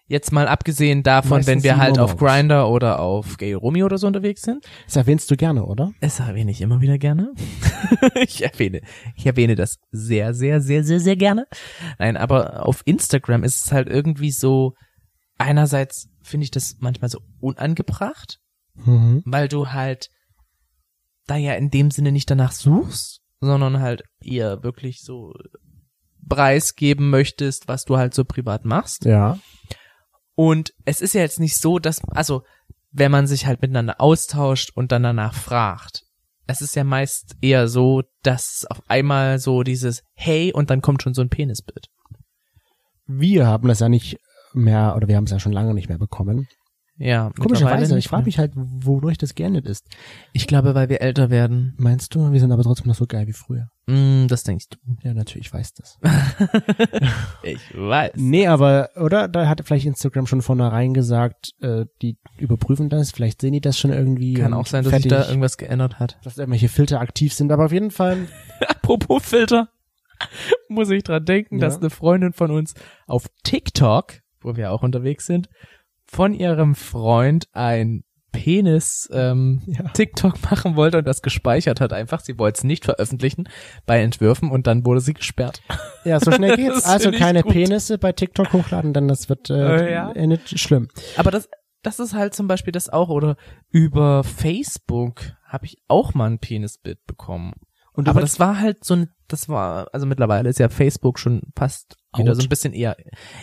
[SPEAKER 3] Jetzt mal abgesehen davon,
[SPEAKER 4] Meistens
[SPEAKER 3] wenn wir
[SPEAKER 4] sind
[SPEAKER 3] halt
[SPEAKER 4] nur
[SPEAKER 3] auf
[SPEAKER 4] morgens.
[SPEAKER 3] Grinder oder auf Gay Romeo oder so unterwegs sind.
[SPEAKER 4] Das erwähnst du gerne, oder?
[SPEAKER 3] Das erwähne ich immer wieder gerne. (laughs) ich erwähne, ich erwähne das sehr, sehr, sehr, sehr, sehr gerne. Nein, aber auf Instagram ist es halt irgendwie so, einerseits finde ich das manchmal so unangebracht,
[SPEAKER 4] Mhm.
[SPEAKER 3] weil du halt da ja in dem Sinne nicht danach suchst, sondern halt eher wirklich so preisgeben möchtest, was du halt so privat machst.
[SPEAKER 4] Ja.
[SPEAKER 3] Und es ist ja jetzt nicht so, dass, also, wenn man sich halt miteinander austauscht und dann danach fragt, es ist ja meist eher so, dass auf einmal so dieses Hey und dann kommt schon so ein Penisbild.
[SPEAKER 4] Wir haben das ja nicht mehr, oder wir haben es ja schon lange nicht mehr bekommen.
[SPEAKER 3] Ja, mittlerweile
[SPEAKER 4] Komischerweise,
[SPEAKER 3] nicht
[SPEAKER 4] ich frage
[SPEAKER 3] mehr.
[SPEAKER 4] mich halt, wodurch das geendet ist.
[SPEAKER 3] Ich glaube, weil wir älter werden.
[SPEAKER 4] Meinst du, wir sind aber trotzdem noch so geil wie früher?
[SPEAKER 3] Mm, das denkst du.
[SPEAKER 4] Ja, natürlich, ich weiß das.
[SPEAKER 3] Ich weiß.
[SPEAKER 4] Nee, aber, oder? Da hat vielleicht Instagram schon vornherein gesagt, äh, die überprüfen das, vielleicht sehen die das schon irgendwie.
[SPEAKER 3] Kann
[SPEAKER 4] und
[SPEAKER 3] auch sein, dass sich da
[SPEAKER 4] fertig.
[SPEAKER 3] irgendwas geändert hat.
[SPEAKER 4] dass irgendwelche Filter aktiv sind, aber auf jeden Fall,
[SPEAKER 3] Apropos Filter, (laughs) muss ich dran denken,
[SPEAKER 4] Ja.
[SPEAKER 3] dass eine Freundin von uns auf TikTok, wo wir auch unterwegs sind, von ihrem Freund ein Penis ähm,
[SPEAKER 4] (laughs) Ja.
[SPEAKER 3] TikTok machen wollte und das gespeichert hat einfach. Sie wollte es nicht veröffentlichen bei Entwürfen und dann wurde sie gesperrt.
[SPEAKER 4] ja, so
[SPEAKER 3] (laughs)
[SPEAKER 4] schnell geht's.
[SPEAKER 3] Das
[SPEAKER 4] also
[SPEAKER 3] find ich
[SPEAKER 4] keine
[SPEAKER 3] gut.
[SPEAKER 4] Penisse bei TikTok hochladen, denn das wird äh,
[SPEAKER 3] Äh, ja.
[SPEAKER 4] endet schlimm.
[SPEAKER 3] Aber das, das ist halt zum Beispiel das auch oder über Facebook habe ich auch mal ein Penisbild bekommen.
[SPEAKER 4] Und
[SPEAKER 3] Aber
[SPEAKER 4] über-
[SPEAKER 3] das war halt so ein, das war, also mittlerweile ist ja Facebook schon fast wieder
[SPEAKER 4] Out.
[SPEAKER 3] so ein bisschen eher,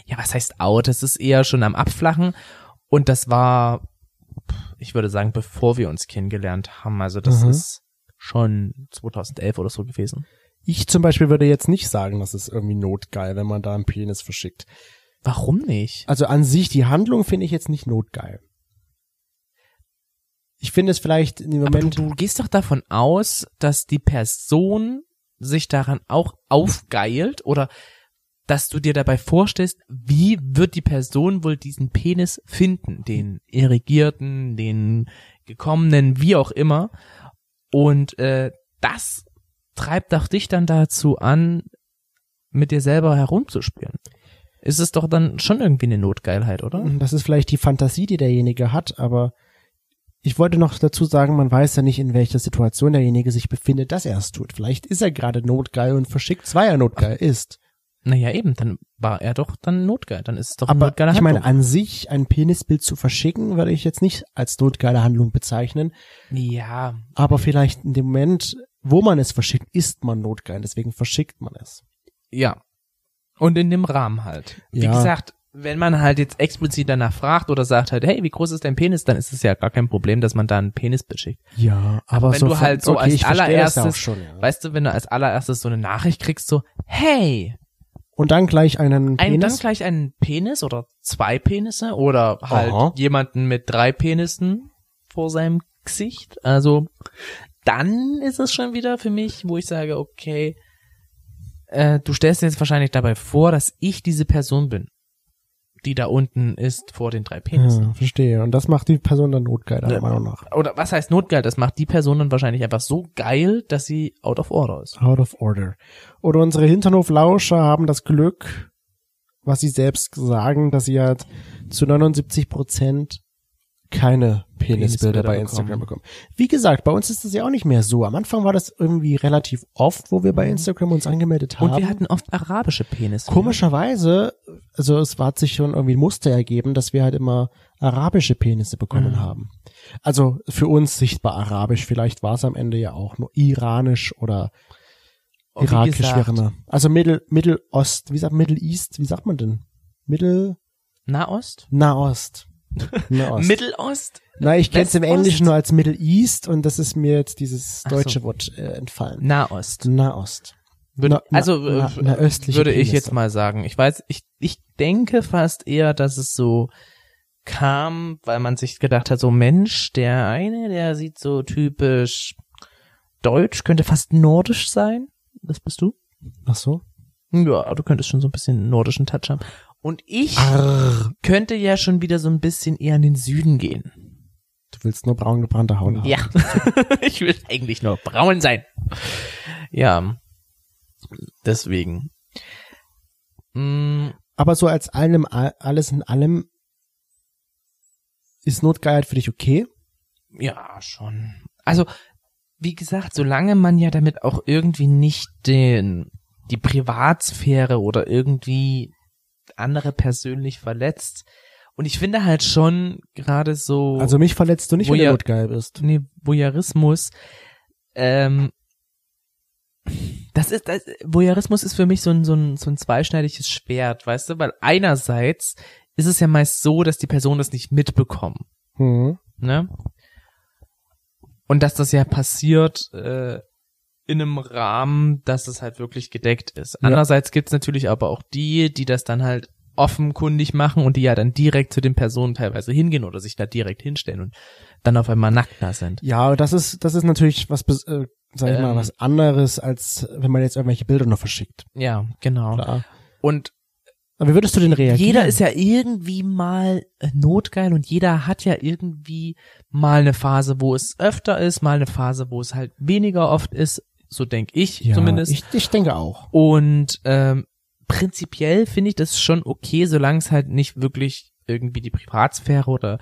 [SPEAKER 3] ja, was heißt out? Es ist eher schon am Abflachen. Und das war, ich würde sagen, bevor wir uns kennengelernt haben. Also das
[SPEAKER 4] Mhm.
[SPEAKER 3] ist schon 2011 oder so gewesen.
[SPEAKER 4] ich zum Beispiel würde jetzt nicht sagen, das ist irgendwie notgeil, wenn man da einen Penis verschickt.
[SPEAKER 3] Warum nicht?
[SPEAKER 4] Also an sich, die Handlung finde ich jetzt nicht notgeil. Ich finde es vielleicht in dem
[SPEAKER 3] Aber du,
[SPEAKER 4] Moment,
[SPEAKER 3] du gehst doch davon aus, dass die Person sich daran auch aufgeilt oder dass du dir dabei vorstellst, wie wird die Person wohl diesen Penis finden, den irrigierten, den gekommenen, wie auch immer. Und äh, das treibt doch dich dann dazu an, mit dir selber herumzuspielen. Ist es doch dann schon irgendwie eine Notgeilheit, oder?
[SPEAKER 4] hm, das ist vielleicht die Fantasie, die derjenige hat, aber ich wollte noch dazu sagen, man weiß ja nicht, in welcher Situation derjenige sich befindet, dass er es tut. Vielleicht ist er gerade notgeil und verschickt, weil er notgeil ist.
[SPEAKER 3] Naja, eben, dann war er doch dann notgeil. Dann ist es doch eine
[SPEAKER 4] Aber
[SPEAKER 3] notgeile
[SPEAKER 4] ich
[SPEAKER 3] Handlung.
[SPEAKER 4] meine, an sich ein Penisbild zu verschicken, würde ich jetzt nicht als notgeile Handlung bezeichnen.
[SPEAKER 3] Ja,
[SPEAKER 4] Aber vielleicht in dem Moment, wo man es verschickt, ist man notgeil. Deswegen verschickt man es.
[SPEAKER 3] ja. Und in dem Rahmen halt. Wie
[SPEAKER 4] Ja.
[SPEAKER 3] gesagt, wenn man halt jetzt explizit danach fragt oder sagt halt, hey, wie groß ist dein Penis, dann ist es ja gar kein Problem, dass man da einen Penis beschickt.
[SPEAKER 4] Ja, aber
[SPEAKER 3] wenn du halt so
[SPEAKER 4] okay,
[SPEAKER 3] als
[SPEAKER 4] ich verstehe das ja
[SPEAKER 3] allererstes,
[SPEAKER 4] auch schon, ja.
[SPEAKER 3] weißt du, wenn du als allererstes so eine Nachricht kriegst, so, hey,
[SPEAKER 4] Und dann gleich einen
[SPEAKER 3] ein, dann
[SPEAKER 4] Penis.
[SPEAKER 3] gleich einen Penis oder zwei Penisse oder halt
[SPEAKER 4] Aha.
[SPEAKER 3] jemanden mit drei Penissen vor seinem Gesicht. Also dann ist es schon wieder für mich, wo ich sage, okay, äh, du stellst dir jetzt wahrscheinlich dabei vor, dass ich diese Person bin, die da unten ist vor den drei Penissen.
[SPEAKER 4] ja, verstehe. Und das macht die Person dann notgeil, deiner
[SPEAKER 3] Ja.
[SPEAKER 4] Meinung nach.
[SPEAKER 3] Oder was heißt Notgeil? Das macht die Person dann wahrscheinlich einfach so geil, dass sie out of order ist.
[SPEAKER 4] Out of order. Oder unsere Hinternhof-Lauscher haben das Glück, was sie selbst sagen, dass sie halt zu 79 Prozent keine Penisbilder
[SPEAKER 3] Penisbilder
[SPEAKER 4] bei
[SPEAKER 3] bekommen.
[SPEAKER 4] Instagram bekommen. Wie gesagt, bei uns ist das ja auch nicht mehr so. Am Anfang war das irgendwie relativ oft, wo wir bei Instagram uns angemeldet haben.
[SPEAKER 3] Mhm. Und wir hatten oft arabische Penisse.
[SPEAKER 4] Komischerweise,
[SPEAKER 3] Mhm.
[SPEAKER 4] also es hat sich schon irgendwie ein Muster ergeben, dass wir halt immer arabische Penisse bekommen haben. Also für uns sichtbar arabisch, vielleicht war es am Ende ja auch nur iranisch oder
[SPEAKER 3] Und Oh, wie
[SPEAKER 4] irakisch
[SPEAKER 3] gesagt,
[SPEAKER 4] wäre ne. Also Mittel, Mittelost, wie sagt Middle East, wie sagt man denn? Mittel,
[SPEAKER 3] Nahost? (laughs)
[SPEAKER 4] Nahost. Nahost.
[SPEAKER 3] Mittelost?
[SPEAKER 4] Na, ich kenne es im
[SPEAKER 3] West-Ost?
[SPEAKER 4] Englischen nur als Middle East und das ist mir jetzt dieses
[SPEAKER 3] Ach so.
[SPEAKER 4] deutsche Wort äh, entfallen.
[SPEAKER 3] Nahost.
[SPEAKER 4] Nahost.
[SPEAKER 3] Würde,
[SPEAKER 4] Na- na-
[SPEAKER 3] also
[SPEAKER 4] na-
[SPEAKER 3] äh,
[SPEAKER 4] na östliche
[SPEAKER 3] würde ich
[SPEAKER 4] Peninsel.
[SPEAKER 3] jetzt mal sagen. Ich weiß, ich, ich denke fast eher, dass es so kam, weil man sich gedacht hat, so Mensch, der eine, der sieht so typisch deutsch, könnte fast nordisch sein. Das bist du?
[SPEAKER 4] Ach so?
[SPEAKER 3] Ja, du könntest schon so ein bisschen nordischen Touch haben. Und ich
[SPEAKER 4] Ah. Arr,
[SPEAKER 3] könnte ja schon wieder so ein bisschen eher in den Süden gehen.
[SPEAKER 4] du willst nur braun gebrannte Haut haben.
[SPEAKER 3] Ja. (laughs) ich will eigentlich nur braun sein. Ja. Deswegen. Mm,
[SPEAKER 4] Aber so als allem, alles in allem ist Notgeilheit für dich okay?
[SPEAKER 3] Ja, schon. Also, wie gesagt, solange man ja damit auch irgendwie nicht den, die Privatsphäre oder irgendwie andere persönlich verletzt. Und ich finde halt schon gerade so.
[SPEAKER 4] Also mich verletzt du nicht,
[SPEAKER 3] Wo
[SPEAKER 4] wenn du
[SPEAKER 3] ja-
[SPEAKER 4] notgeil bist.
[SPEAKER 3] nee, Voyeurismus, ähm, das ist, das, Voyeurismus ist für mich so ein, so, ein, so ein zweischneidiges Schwert, weißt du, weil einerseits ist es ja meist so, dass die Personen das nicht mitbekommen,
[SPEAKER 4] Mhm.
[SPEAKER 3] ne? Und dass das ja passiert äh, in einem Rahmen, dass es halt wirklich gedeckt ist. Andererseits gibt's natürlich aber auch die, die das dann halt offenkundig machen und die ja dann direkt zu den Personen teilweise hingehen oder sich da direkt hinstellen und dann auf einmal nackt da sind.
[SPEAKER 4] Ja, das ist, das ist natürlich was, bes- äh, sag ich mal,
[SPEAKER 3] Ähm.
[SPEAKER 4] was anderes, als wenn man jetzt irgendwelche Bilder noch verschickt.
[SPEAKER 3] Ja, genau.
[SPEAKER 4] Klar.
[SPEAKER 3] Und
[SPEAKER 4] Aber wie würdest du denn reagieren?
[SPEAKER 3] jeder ist ja genau. irgendwie mal äh, notgeil und jeder hat ja irgendwie mal eine Phase, wo es öfter ist, mal eine Phase, wo es halt weniger oft ist. So denk ich
[SPEAKER 4] ja,
[SPEAKER 3] zumindest.
[SPEAKER 4] Ich, ich denke auch.
[SPEAKER 3] Und ähm, prinzipiell finde ich das schon okay, solange es halt nicht wirklich irgendwie die Privatsphäre oder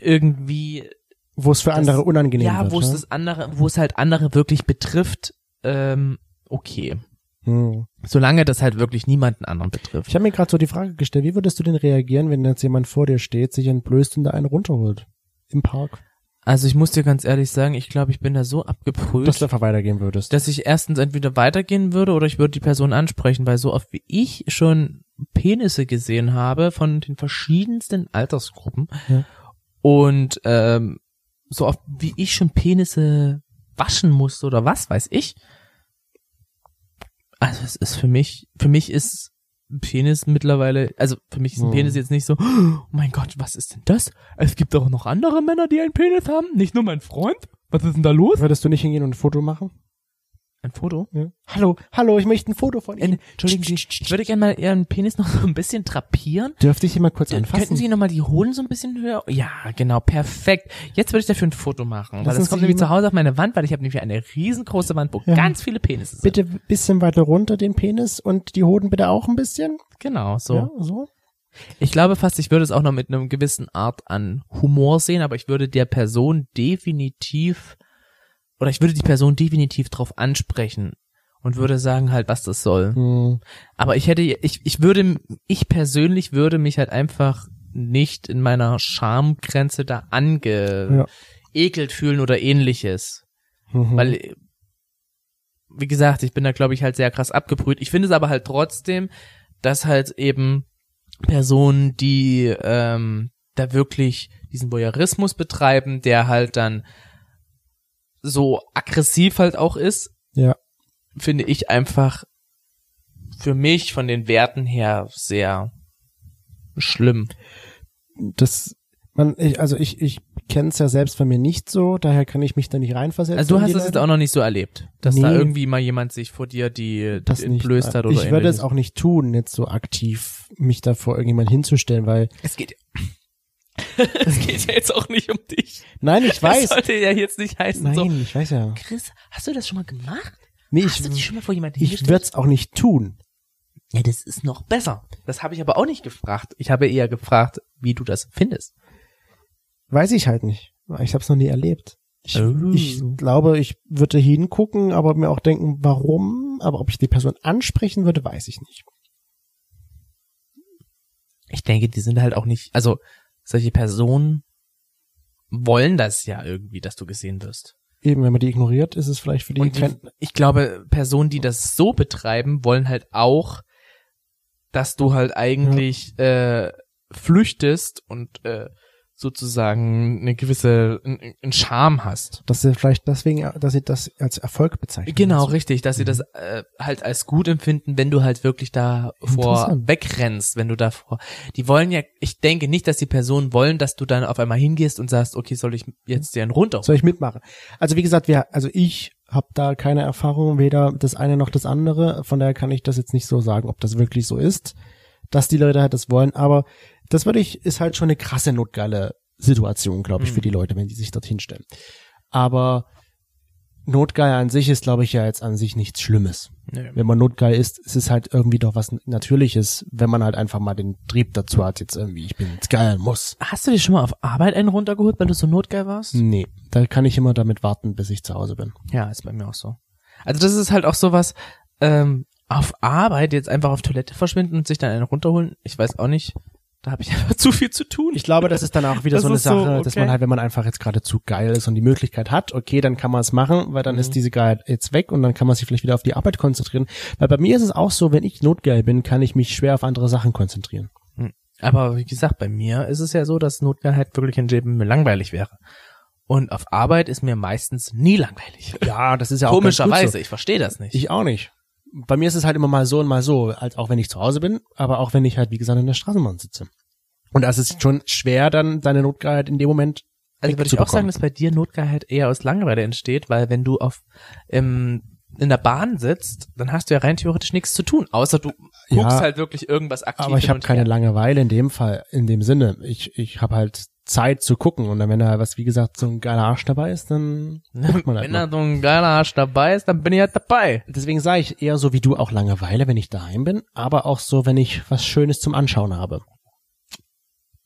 [SPEAKER 3] irgendwie
[SPEAKER 4] Wo es für
[SPEAKER 3] Das-
[SPEAKER 4] andere unangenehm
[SPEAKER 3] ja,
[SPEAKER 4] wird.
[SPEAKER 3] wo es
[SPEAKER 4] ne?
[SPEAKER 3] das andere, wo es halt andere wirklich betrifft, ähm, okay.
[SPEAKER 4] Hm.
[SPEAKER 3] Solange das halt wirklich niemanden anderen betrifft.
[SPEAKER 4] Ich habe mir gerade so die Frage gestellt, wie würdest du denn reagieren, wenn jetzt jemand vor dir steht, sich entblößt und da einen runterholt? Im Park.
[SPEAKER 3] Also ich muss dir ganz ehrlich sagen, ich glaube, ich bin da so abgeprüft,
[SPEAKER 4] Dass du einfach weitergehen würdest.
[SPEAKER 3] dass ich erstens entweder weitergehen würde oder ich würde die Person ansprechen, weil so oft wie ich schon Penisse gesehen habe von den verschiedensten Altersgruppen
[SPEAKER 4] Ja.
[SPEAKER 3] und ähm, so oft wie ich schon Penisse waschen musste oder was weiß ich. Also es ist für mich, für mich ist ein Penis mittlerweile, also für mich ist ein
[SPEAKER 4] Hm.
[SPEAKER 3] Penis jetzt nicht so, oh mein Gott, was ist denn das? Es gibt auch noch andere Männer, die einen Penis haben, nicht nur mein Freund. Was ist denn da los?
[SPEAKER 4] Würdest du nicht hingehen und ein Foto machen?
[SPEAKER 3] Ein Foto?
[SPEAKER 4] Ja. Hallo, hallo, ich möchte ein Foto von
[SPEAKER 3] Äh,
[SPEAKER 4] Ihnen.
[SPEAKER 3] Entschuldigen Sie, ich würde gerne mal Ihren Penis noch so ein bisschen drapieren.
[SPEAKER 4] Dürfte ich ihn mal kurz anfassen?
[SPEAKER 3] Könnten Sie nochmal die Hoden so ein bisschen höher? Ja, genau, perfekt. Jetzt würde ich dafür ein Foto machen, weil
[SPEAKER 4] Lassen
[SPEAKER 3] das
[SPEAKER 4] Sie
[SPEAKER 3] kommt nämlich
[SPEAKER 4] mal-
[SPEAKER 3] zu Hause auf meine Wand, weil ich habe nämlich eine riesengroße Wand, wo
[SPEAKER 4] Ja.
[SPEAKER 3] ganz viele Penisse sind.
[SPEAKER 4] bitte ein bisschen weiter runter den Penis und die Hoden bitte auch ein bisschen.
[SPEAKER 3] Genau, so.
[SPEAKER 4] Ja, so.
[SPEAKER 3] Ich glaube fast, ich würde es auch noch mit einem gewissen Art an Humor sehen, aber ich würde der Person definitiv oder ich würde die Person definitiv drauf ansprechen und würde sagen halt, was das soll.
[SPEAKER 4] Hm.
[SPEAKER 3] Aber ich hätte, ich, ich würde, ich persönlich würde mich halt einfach nicht in meiner Schamgrenze da angeekelt fühlen oder ähnliches.
[SPEAKER 4] Mhm.
[SPEAKER 3] Weil, äh, wie gesagt, ich bin da, glaube ich, halt sehr krass abgebrüht. Ich finde es aber halt trotzdem, dass halt eben Personen, die ähm, da wirklich diesen Voyeurismus betreiben, der halt dann so aggressiv halt auch ist,
[SPEAKER 4] Ja.
[SPEAKER 3] finde ich einfach für mich von den Werten her sehr schlimm.
[SPEAKER 4] das, man, ich, also ich, ich kenne es ja selbst von mir nicht so, daher kann ich mich da nicht reinversetzen.
[SPEAKER 3] Also du
[SPEAKER 4] in
[SPEAKER 3] hast
[SPEAKER 4] die
[SPEAKER 3] das jetzt
[SPEAKER 4] Leute.
[SPEAKER 3] auch noch nicht so erlebt, dass da
[SPEAKER 4] Nee.
[SPEAKER 3] irgendwie mal jemand sich vor dir die
[SPEAKER 4] das nicht.
[SPEAKER 3] entblößt hat oder
[SPEAKER 4] ich würde es
[SPEAKER 3] ähnliches.
[SPEAKER 4] auch nicht tun, jetzt so aktiv mich da vor irgendjemand hinzustellen, weil
[SPEAKER 3] Es (laughs) geht es geht ja jetzt auch nicht um dich.
[SPEAKER 4] nein, (laughs) ich
[SPEAKER 3] Das
[SPEAKER 4] weiß,
[SPEAKER 3] sollte ja jetzt nicht heißen
[SPEAKER 4] nein,
[SPEAKER 3] so.
[SPEAKER 4] ich weiß ja,
[SPEAKER 3] Chris, hast du das schon mal gemacht?
[SPEAKER 4] nee,
[SPEAKER 3] hast du dich
[SPEAKER 4] ich,
[SPEAKER 3] schon mal vor jemanden
[SPEAKER 4] ich würde es auch nicht tun.
[SPEAKER 3] Ja, das ist noch besser. Das habe ich aber auch nicht gefragt. Ich habe eher gefragt, wie du das findest.
[SPEAKER 4] Weiß ich halt nicht. Ich habe es noch nie erlebt. Ich,
[SPEAKER 3] Oh.
[SPEAKER 4] ich glaube, ich würde hingucken, aber mir auch denken, warum. Aber ob ich die Person ansprechen würde, weiß ich nicht.
[SPEAKER 3] Ich denke, die sind halt auch nicht, also solche Personen wollen das ja irgendwie, dass du gesehen wirst.
[SPEAKER 4] Eben, wenn man die ignoriert, ist es vielleicht für die,
[SPEAKER 3] Und die,
[SPEAKER 4] kein-
[SPEAKER 3] ich glaube, Personen, die das so betreiben, wollen halt auch, dass du halt eigentlich äh, flüchtest und äh, sozusagen eine gewisse einen einen Charme hast.
[SPEAKER 4] dass sie vielleicht deswegen, dass sie das als Erfolg bezeichnen.
[SPEAKER 3] Genau,
[SPEAKER 4] Also,
[SPEAKER 3] richtig, dass sie das äh, halt als gut empfinden, wenn du halt wirklich davor
[SPEAKER 4] Interessant.
[SPEAKER 3] wegrennst, wenn du davor. Die wollen ja, ich denke nicht, dass die Personen wollen, dass du dann auf einmal hingehst und sagst, okay, soll ich jetzt dir einen runter?
[SPEAKER 4] Soll ich mitmachen? Also wie gesagt, wir, also ich habe da keine Erfahrung, weder das eine noch das andere. Von daher kann ich das jetzt nicht so sagen, ob das wirklich so ist, dass die Leute halt das wollen. Aber das würde ich, ist halt schon eine krasse notgeile Situation, glaube ich, für die Leute, wenn die sich dorthin stellen. Aber Notgeil an sich ist, glaube ich, ja jetzt an sich nichts Schlimmes.
[SPEAKER 3] Nö.
[SPEAKER 4] Wenn man notgeil ist, ist es halt irgendwie doch was Natürliches, wenn man halt einfach mal den Trieb dazu hat, jetzt irgendwie, ich bin jetzt geil, muss.
[SPEAKER 3] Hast du dir schon mal auf Arbeit einen runtergeholt, weil du so notgeil warst?
[SPEAKER 4] Nee, da kann ich immer damit warten, bis ich zu Hause bin.
[SPEAKER 3] Ja, ist bei mir auch so. Also das ist halt auch sowas, ähm, auf Arbeit jetzt einfach auf Toilette verschwinden und sich dann einen runterholen. Ich weiß auch nicht, da habe ich (laughs) einfach zu viel zu tun.
[SPEAKER 4] Ich glaube, das ist dann auch wieder
[SPEAKER 3] Das
[SPEAKER 4] so eine
[SPEAKER 3] ist so,
[SPEAKER 4] Sache, dass
[SPEAKER 3] okay.
[SPEAKER 4] man halt, wenn man einfach jetzt gerade zu geil ist und die Möglichkeit hat, okay, dann kann man es machen, weil dann ist diese Geilheit jetzt weg und dann kann man sich vielleicht wieder auf die Arbeit konzentrieren. Weil bei mir ist es auch so, wenn ich notgeil bin, kann ich mich schwer auf andere Sachen konzentrieren.
[SPEAKER 3] Aber wie gesagt, bei mir ist es ja so, dass Notgeil halt wirklich in Leben mir langweilig wäre. Und auf Arbeit ist mir meistens nie langweilig.
[SPEAKER 4] Ja, das ist ja
[SPEAKER 3] Komischerweise, ich verstehe das nicht.
[SPEAKER 4] Ich auch nicht. Bei mir ist es halt immer mal so und mal so, als auch wenn ich zu Hause bin, aber auch wenn ich halt, wie gesagt, in der Straßenbahn sitze. Und das ist schon schwer, dann seine Notgeilheit in dem Moment
[SPEAKER 3] Also würde ich auch sagen, dass bei dir Notgeil halt eher aus Langeweile entsteht, weil wenn du auf im, in der Bahn sitzt, dann hast du ja rein theoretisch nichts zu tun, außer du guckst
[SPEAKER 4] Ja,
[SPEAKER 3] halt wirklich irgendwas aktiv.
[SPEAKER 4] Aber ich
[SPEAKER 3] hin
[SPEAKER 4] habe
[SPEAKER 3] und
[SPEAKER 4] keine
[SPEAKER 3] her.
[SPEAKER 4] Langeweile in dem Fall, in dem Sinne. Ich, ich habe halt Zeit zu gucken und dann, wenn da was, wie gesagt, so ein geiler Arsch dabei ist, dann guckt man halt
[SPEAKER 3] (laughs) Wenn da
[SPEAKER 4] mal.
[SPEAKER 3] so ein geiler Arsch dabei ist, dann bin ich halt dabei.
[SPEAKER 4] Deswegen sage ich eher so wie du auch Langeweile, wenn ich daheim bin, aber auch so, wenn ich was Schönes zum Anschauen habe.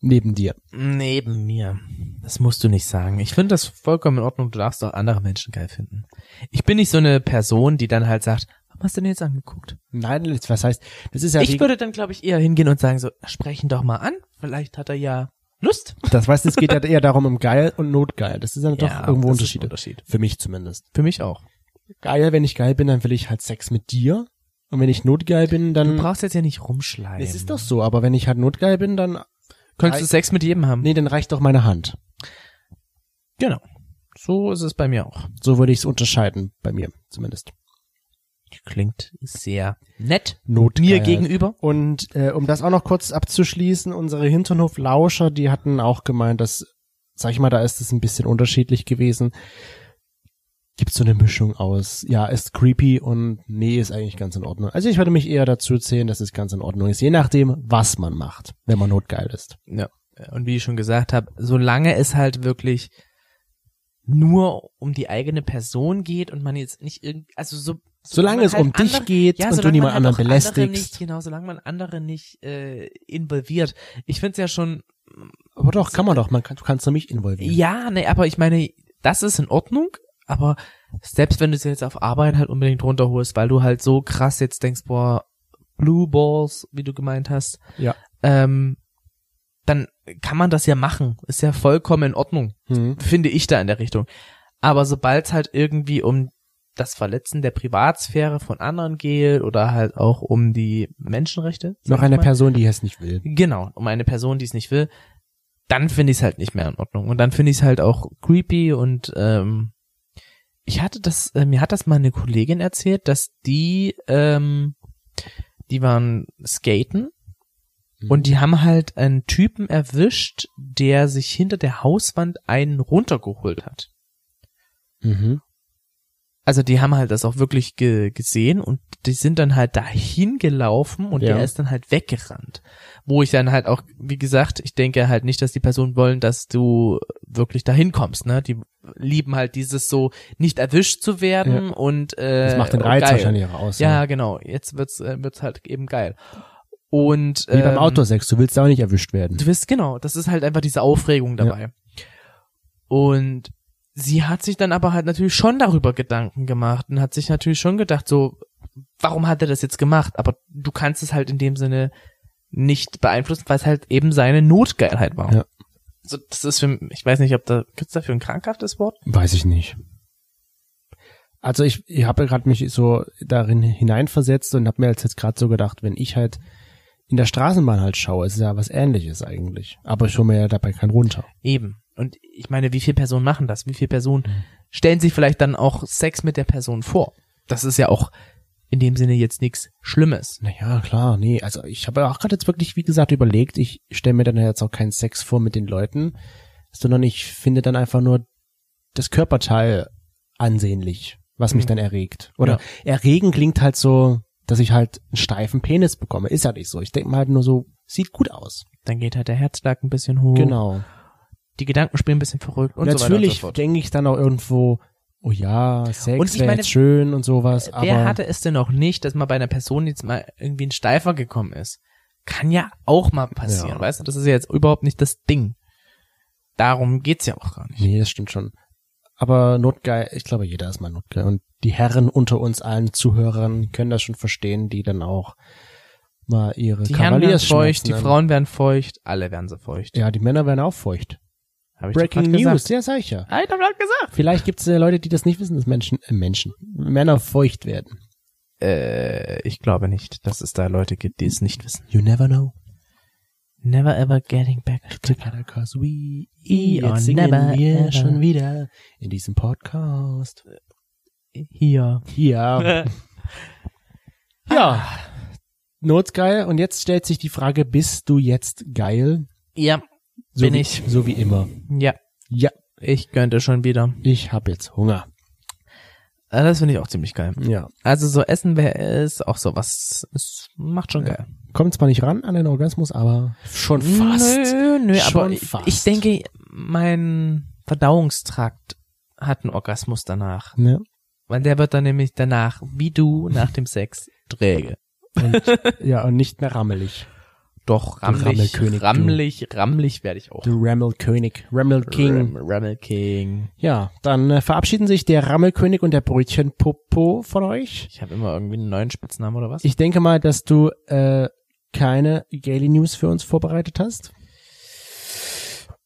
[SPEAKER 4] Neben dir.
[SPEAKER 3] Neben mir. Das musst du nicht sagen. Ich finde das vollkommen in Ordnung. Du darfst auch andere Menschen geil finden. Ich bin nicht so eine Person, die dann halt sagt, was hast du denn jetzt angeguckt?
[SPEAKER 4] Nein, was heißt, das ist ja, wie,
[SPEAKER 3] ich würde dann, glaube ich, eher hingehen und sagen so, sprechen doch mal an. Vielleicht hat er ja Lust.
[SPEAKER 4] das weißt, du, es geht ja eher darum um geil und notgeil. Das ist ja doch
[SPEAKER 3] Ja,
[SPEAKER 4] irgendwo
[SPEAKER 3] das ist
[SPEAKER 4] Unterschiede.
[SPEAKER 3] ein Unterschied.
[SPEAKER 4] Für mich zumindest.
[SPEAKER 3] Für mich auch.
[SPEAKER 4] Geil, wenn ich geil bin, dann will ich halt Sex mit dir. Und wenn ich notgeil bin,
[SPEAKER 3] Du
[SPEAKER 4] dann.
[SPEAKER 3] brauchst jetzt ja nicht rumschleimen.
[SPEAKER 4] es ist doch so, aber wenn ich halt notgeil bin, dann
[SPEAKER 3] Könntest du Sex mit jedem haben?
[SPEAKER 4] Nee, dann reicht doch meine Hand.
[SPEAKER 3] Genau. So ist es bei mir auch.
[SPEAKER 4] So würde ich es unterscheiden, bei mir zumindest.
[SPEAKER 3] Klingt sehr nett.
[SPEAKER 4] Notgeil.
[SPEAKER 3] Mir gegenüber.
[SPEAKER 4] Und äh, um das auch noch kurz abzuschließen, unsere Hinternhof-Lauscher, die hatten auch gemeint, dass, sag ich mal, da ist es ein bisschen unterschiedlich gewesen. Gibt so eine Mischung aus, ja, ist creepy und nee, ist eigentlich ganz in Ordnung. Also ich würde mich eher dazu zählen, dass es ganz in Ordnung ist, je nachdem, was man macht, wenn man notgeil ist.
[SPEAKER 3] Ja. Und wie ich schon gesagt habe, solange es halt wirklich nur um die eigene Person geht und man jetzt nicht irgendwie, also so
[SPEAKER 4] Solange
[SPEAKER 3] man halt
[SPEAKER 4] es um dich geht
[SPEAKER 3] ja,
[SPEAKER 4] und du
[SPEAKER 3] solange
[SPEAKER 4] niemand
[SPEAKER 3] man halt
[SPEAKER 4] anderen
[SPEAKER 3] auch Andere
[SPEAKER 4] belästigst.
[SPEAKER 3] nicht, genau, solange man andere nicht äh, involviert. Ich find's ja schon,
[SPEAKER 4] Aber doch, kann man doch, man kann, du kannst doch mich involvieren.
[SPEAKER 3] ja, nee, aber ich meine, das ist in Ordnung, aber selbst wenn du es jetzt auf Arbeit halt unbedingt runterholst, weil du halt so krass jetzt denkst, boah, Blue Balls, wie du gemeint hast,
[SPEAKER 4] Ja.
[SPEAKER 3] ähm, dann kann man das ja machen. Ist ja vollkommen in Ordnung
[SPEAKER 4] Hm.
[SPEAKER 3] finde ich da in der Richtung. Aber sobald es halt irgendwie um das Verletzen der Privatsphäre von anderen geht oder halt auch um die Menschenrechte. sag
[SPEAKER 4] Noch
[SPEAKER 3] ich
[SPEAKER 4] eine
[SPEAKER 3] mal.
[SPEAKER 4] Person, die es nicht will.
[SPEAKER 3] Genau, um eine Person, die es nicht will, dann finde ich es halt nicht mehr in Ordnung. Und dann finde ich es halt auch creepy und ähm, ich hatte das, äh, mir hat das mal eine Kollegin erzählt, dass die, ähm, die waren skaten und die haben halt einen Typen erwischt, der sich hinter der Hauswand einen runtergeholt hat.
[SPEAKER 4] (laughs) Mhm.
[SPEAKER 3] Also die haben halt das auch wirklich ge gesehen und die sind dann halt dahin gelaufen und
[SPEAKER 4] Ja.
[SPEAKER 3] der ist dann halt weggerannt. Wo ich dann halt auch, wie gesagt, ich denke halt nicht, dass die Personen wollen, dass du wirklich dahin kommst, ne? Die lieben halt dieses so, nicht erwischt zu werden und äh,
[SPEAKER 4] Das macht den
[SPEAKER 3] und
[SPEAKER 4] Reiz
[SPEAKER 3] geil.
[SPEAKER 4] wahrscheinlich auch aus.
[SPEAKER 3] Ja, genau. Jetzt wird's, äh, wird's halt eben geil. Und
[SPEAKER 4] Wie beim
[SPEAKER 3] ähm,
[SPEAKER 4] Autosex, du willst da auch nicht erwischt werden.
[SPEAKER 3] Du wirst, genau, das ist halt einfach diese Aufregung dabei. Und sie hat sich dann aber halt natürlich schon darüber Gedanken gemacht und hat sich natürlich schon gedacht, so, warum hat er das jetzt gemacht? Aber du kannst es halt in dem Sinne nicht beeinflussen, weil es halt eben seine Notgeilheit war.
[SPEAKER 4] Ja.
[SPEAKER 3] so, das ist für, ich weiß nicht, ob da, gibt's dafür ein krankhaftes Wort?
[SPEAKER 4] Weiß ich nicht. Also ich, ich habe gerade mich so darin hineinversetzt und habe mir jetzt, jetzt gerade so gedacht, wenn ich halt in der Straßenbahn halt schaue, ist es ja was ähnliches eigentlich. Aber ich hole mir ja dabei keinen runter.
[SPEAKER 3] Eben. Und ich meine, wie viele Personen machen das? Wie viele Personen stellen sich vielleicht dann auch Sex mit der Person vor? Das ist ja auch in dem Sinne jetzt nichts Schlimmes.
[SPEAKER 4] Naja, klar, nee. Also ich habe auch gerade jetzt wirklich, wie gesagt, überlegt, ich stelle mir dann jetzt auch keinen Sex vor mit den Leuten, sondern ich finde dann einfach nur das Körperteil ansehnlich, was mich
[SPEAKER 3] Mhm.
[SPEAKER 4] dann erregt. Oder erregen klingt halt so, dass ich halt einen steifen Penis bekomme. Ist ja nicht so. Ich denke mir halt nur so, sieht gut aus.
[SPEAKER 3] Dann geht halt der Herzschlag ein bisschen hoch.
[SPEAKER 4] Genau.
[SPEAKER 3] Die Gedanken spielen ein bisschen verrückt und
[SPEAKER 4] Natürlich
[SPEAKER 3] so weiter und so fort.
[SPEAKER 4] denke ich dann auch irgendwo, oh ja,
[SPEAKER 3] Und
[SPEAKER 4] Sex
[SPEAKER 3] ich
[SPEAKER 4] wäre
[SPEAKER 3] meine,
[SPEAKER 4] jetzt schön und sowas.
[SPEAKER 3] Wer
[SPEAKER 4] aber
[SPEAKER 3] hatte es denn noch nicht, dass mal bei einer Person jetzt mal irgendwie ein Steifer gekommen ist? Kann ja auch mal passieren,
[SPEAKER 4] Ja.
[SPEAKER 3] weißt du? Das ist ja jetzt überhaupt nicht das Ding. Darum geht's ja auch gar nicht.
[SPEAKER 4] Nee, das stimmt schon. Aber notgeil, ich glaube, jeder ist mal notgeil. Und die Herren unter uns allen Zuhörern können das schon verstehen, die dann auch mal ihre
[SPEAKER 3] Die Herren werden
[SPEAKER 4] Kavaliersschmerzen
[SPEAKER 3] feucht, die
[SPEAKER 4] haben.
[SPEAKER 3] Frauen werden feucht, alle werden so feucht.
[SPEAKER 4] Ja, die Männer werden auch feucht.
[SPEAKER 3] Hab ich doch
[SPEAKER 4] Breaking
[SPEAKER 3] grad
[SPEAKER 4] News,
[SPEAKER 3] Gesagt.
[SPEAKER 4] ja, sag ich ja.
[SPEAKER 3] Hab ich doch grad gesagt.
[SPEAKER 4] Vielleicht gibt es ja Leute, die das nicht wissen, dass Menschen, äh, Menschen, Männer feucht werden.
[SPEAKER 3] Äh, ich glaube nicht, dass es da Leute gibt, die es nicht wissen.
[SPEAKER 4] You never know.
[SPEAKER 3] Never ever getting back together.
[SPEAKER 4] Together cause we
[SPEAKER 3] Eat or
[SPEAKER 4] Jetzt singen
[SPEAKER 3] never
[SPEAKER 4] wir
[SPEAKER 3] ever.
[SPEAKER 4] schon wieder in diesem Podcast.
[SPEAKER 3] Hier. (laughs)
[SPEAKER 4] Ja. Ja. Notgeil. Und jetzt stellt sich die Frage, bist du jetzt geil?
[SPEAKER 3] ja,
[SPEAKER 4] So
[SPEAKER 3] Bin
[SPEAKER 4] wie,
[SPEAKER 3] ich.
[SPEAKER 4] So wie immer.
[SPEAKER 3] ja,
[SPEAKER 4] Ja,
[SPEAKER 3] ich könnte schon wieder.
[SPEAKER 4] ich hab jetzt Hunger.
[SPEAKER 3] Äh, Das finde ich auch ziemlich geil.
[SPEAKER 4] Ja.
[SPEAKER 3] Also so Essen wäre ist auch sowas. Es macht schon geil.
[SPEAKER 4] Kommt zwar nicht ran an den Orgasmus, aber schon fast.
[SPEAKER 3] Nö, nö, aber
[SPEAKER 4] Schon
[SPEAKER 3] ich,
[SPEAKER 4] fast.
[SPEAKER 3] ich denke, mein Verdauungstrakt hat einen Orgasmus danach.
[SPEAKER 4] Ne?
[SPEAKER 3] Weil der wird dann nämlich danach, wie du, nach dem Sex, (laughs) träge.
[SPEAKER 4] Ja, und nicht mehr rammelig.
[SPEAKER 3] Doch, rammelig,
[SPEAKER 4] Rammelkönig,
[SPEAKER 3] rammelig,
[SPEAKER 4] du.
[SPEAKER 3] rammelig, werde ich auch.
[SPEAKER 4] Du Rammelkönig. Rammelking.
[SPEAKER 3] Ram- Rammel King.
[SPEAKER 4] Ja, dann äh, verabschieden sich der Rammelkönig und der Brötchenpopo von euch.
[SPEAKER 3] Ich habe immer irgendwie einen neuen Spitznamen oder was?
[SPEAKER 4] Ich denke mal, dass du äh, keine Gaily News für uns vorbereitet hast.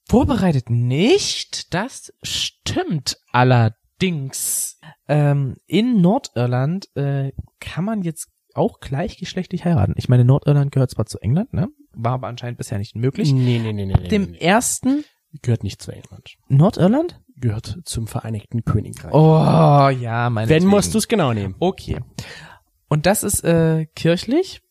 [SPEAKER 3] Vorbereitet nicht, das stimmt allerdings. Ähm, in Nordirland äh, kann man jetzt auch gleichgeschlechtlich heiraten. Ich meine, Nordirland gehört zwar zu England, ne? War aber anscheinend bisher nicht möglich.
[SPEAKER 4] nee, nee, nee, nee. nee,
[SPEAKER 3] Dem
[SPEAKER 4] nee.
[SPEAKER 3] ersten
[SPEAKER 4] Gehört nicht zu England.
[SPEAKER 3] Nordirland?
[SPEAKER 4] Gehört zum Vereinigten Königreich.
[SPEAKER 3] Oh ja, meine
[SPEAKER 4] Wenn musst du es genau nehmen.
[SPEAKER 3] Okay. Und das ist äh, kirchlich,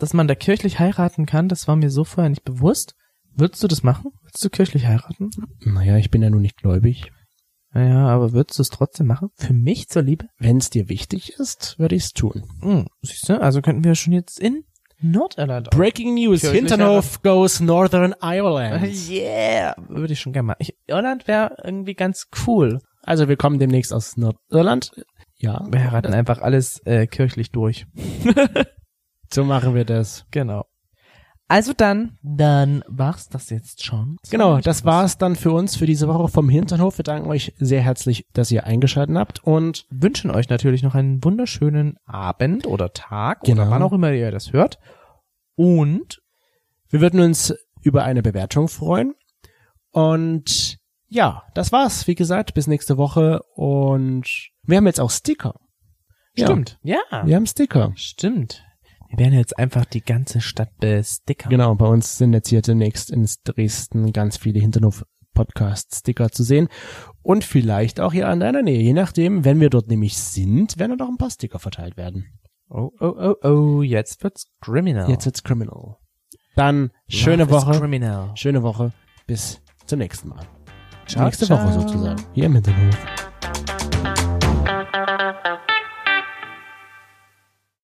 [SPEAKER 3] dass man da kirchlich heiraten kann. Das war mir so vorher nicht bewusst. Würdest du das machen? Würdest du kirchlich heiraten?
[SPEAKER 4] Naja, ich bin ja nun nicht gläubig.
[SPEAKER 3] Ja, aber würdest du es trotzdem machen? Für mich zur Liebe?
[SPEAKER 4] Wenn es dir wichtig ist, würde ich es tun.
[SPEAKER 3] Hm, siehst du, also könnten wir schon jetzt in Nordirland. auch-
[SPEAKER 4] Breaking News.
[SPEAKER 3] Kirchlich
[SPEAKER 4] Hinternhof goes Northern Ireland.
[SPEAKER 3] Yeah, würde ich schon gerne mal. Ich, Irland wäre irgendwie ganz cool.
[SPEAKER 4] Also wir kommen demnächst aus Nordirland. Ja,
[SPEAKER 3] Wir heiraten einfach alles äh, kirchlich durch.
[SPEAKER 4] so machen wir das.
[SPEAKER 3] Genau. Also dann, dann war's das jetzt schon.
[SPEAKER 4] Genau, das war's dann für uns für diese Woche vom Hinternhof. Wir danken euch sehr herzlich, dass ihr eingeschaltet habt und
[SPEAKER 3] wünschen euch natürlich noch einen wunderschönen Abend oder Tag
[SPEAKER 4] Genau.
[SPEAKER 3] oder wann auch immer ihr das hört. Und
[SPEAKER 4] wir würden uns über eine Bewertung freuen. Und ja, das war's. Wie gesagt, bis nächste Woche und wir haben jetzt auch Sticker. Ja,
[SPEAKER 3] stimmt, ja,
[SPEAKER 4] Wir haben Sticker.
[SPEAKER 3] stimmt. Wir werden jetzt einfach die ganze Stadt bestickern.
[SPEAKER 4] Genau, bei uns sind jetzt hier demnächst in Dresden ganz viele Hinterhof-Podcast-Sticker zu sehen. Und vielleicht auch hier an deiner Nähe. Je nachdem, wenn wir dort nämlich sind, werden dann auch ein paar Sticker verteilt werden.
[SPEAKER 3] Oh, oh, oh, oh, jetzt wird's criminal.
[SPEAKER 4] Jetzt wird's criminal. Dann schöne
[SPEAKER 3] Love is
[SPEAKER 4] Woche.
[SPEAKER 3] Criminal.
[SPEAKER 4] Schöne Woche. Bis zum nächsten Mal.
[SPEAKER 3] Ciao,
[SPEAKER 4] Nächste
[SPEAKER 3] ciao.
[SPEAKER 4] Woche sozusagen. Hier im Hinterhof.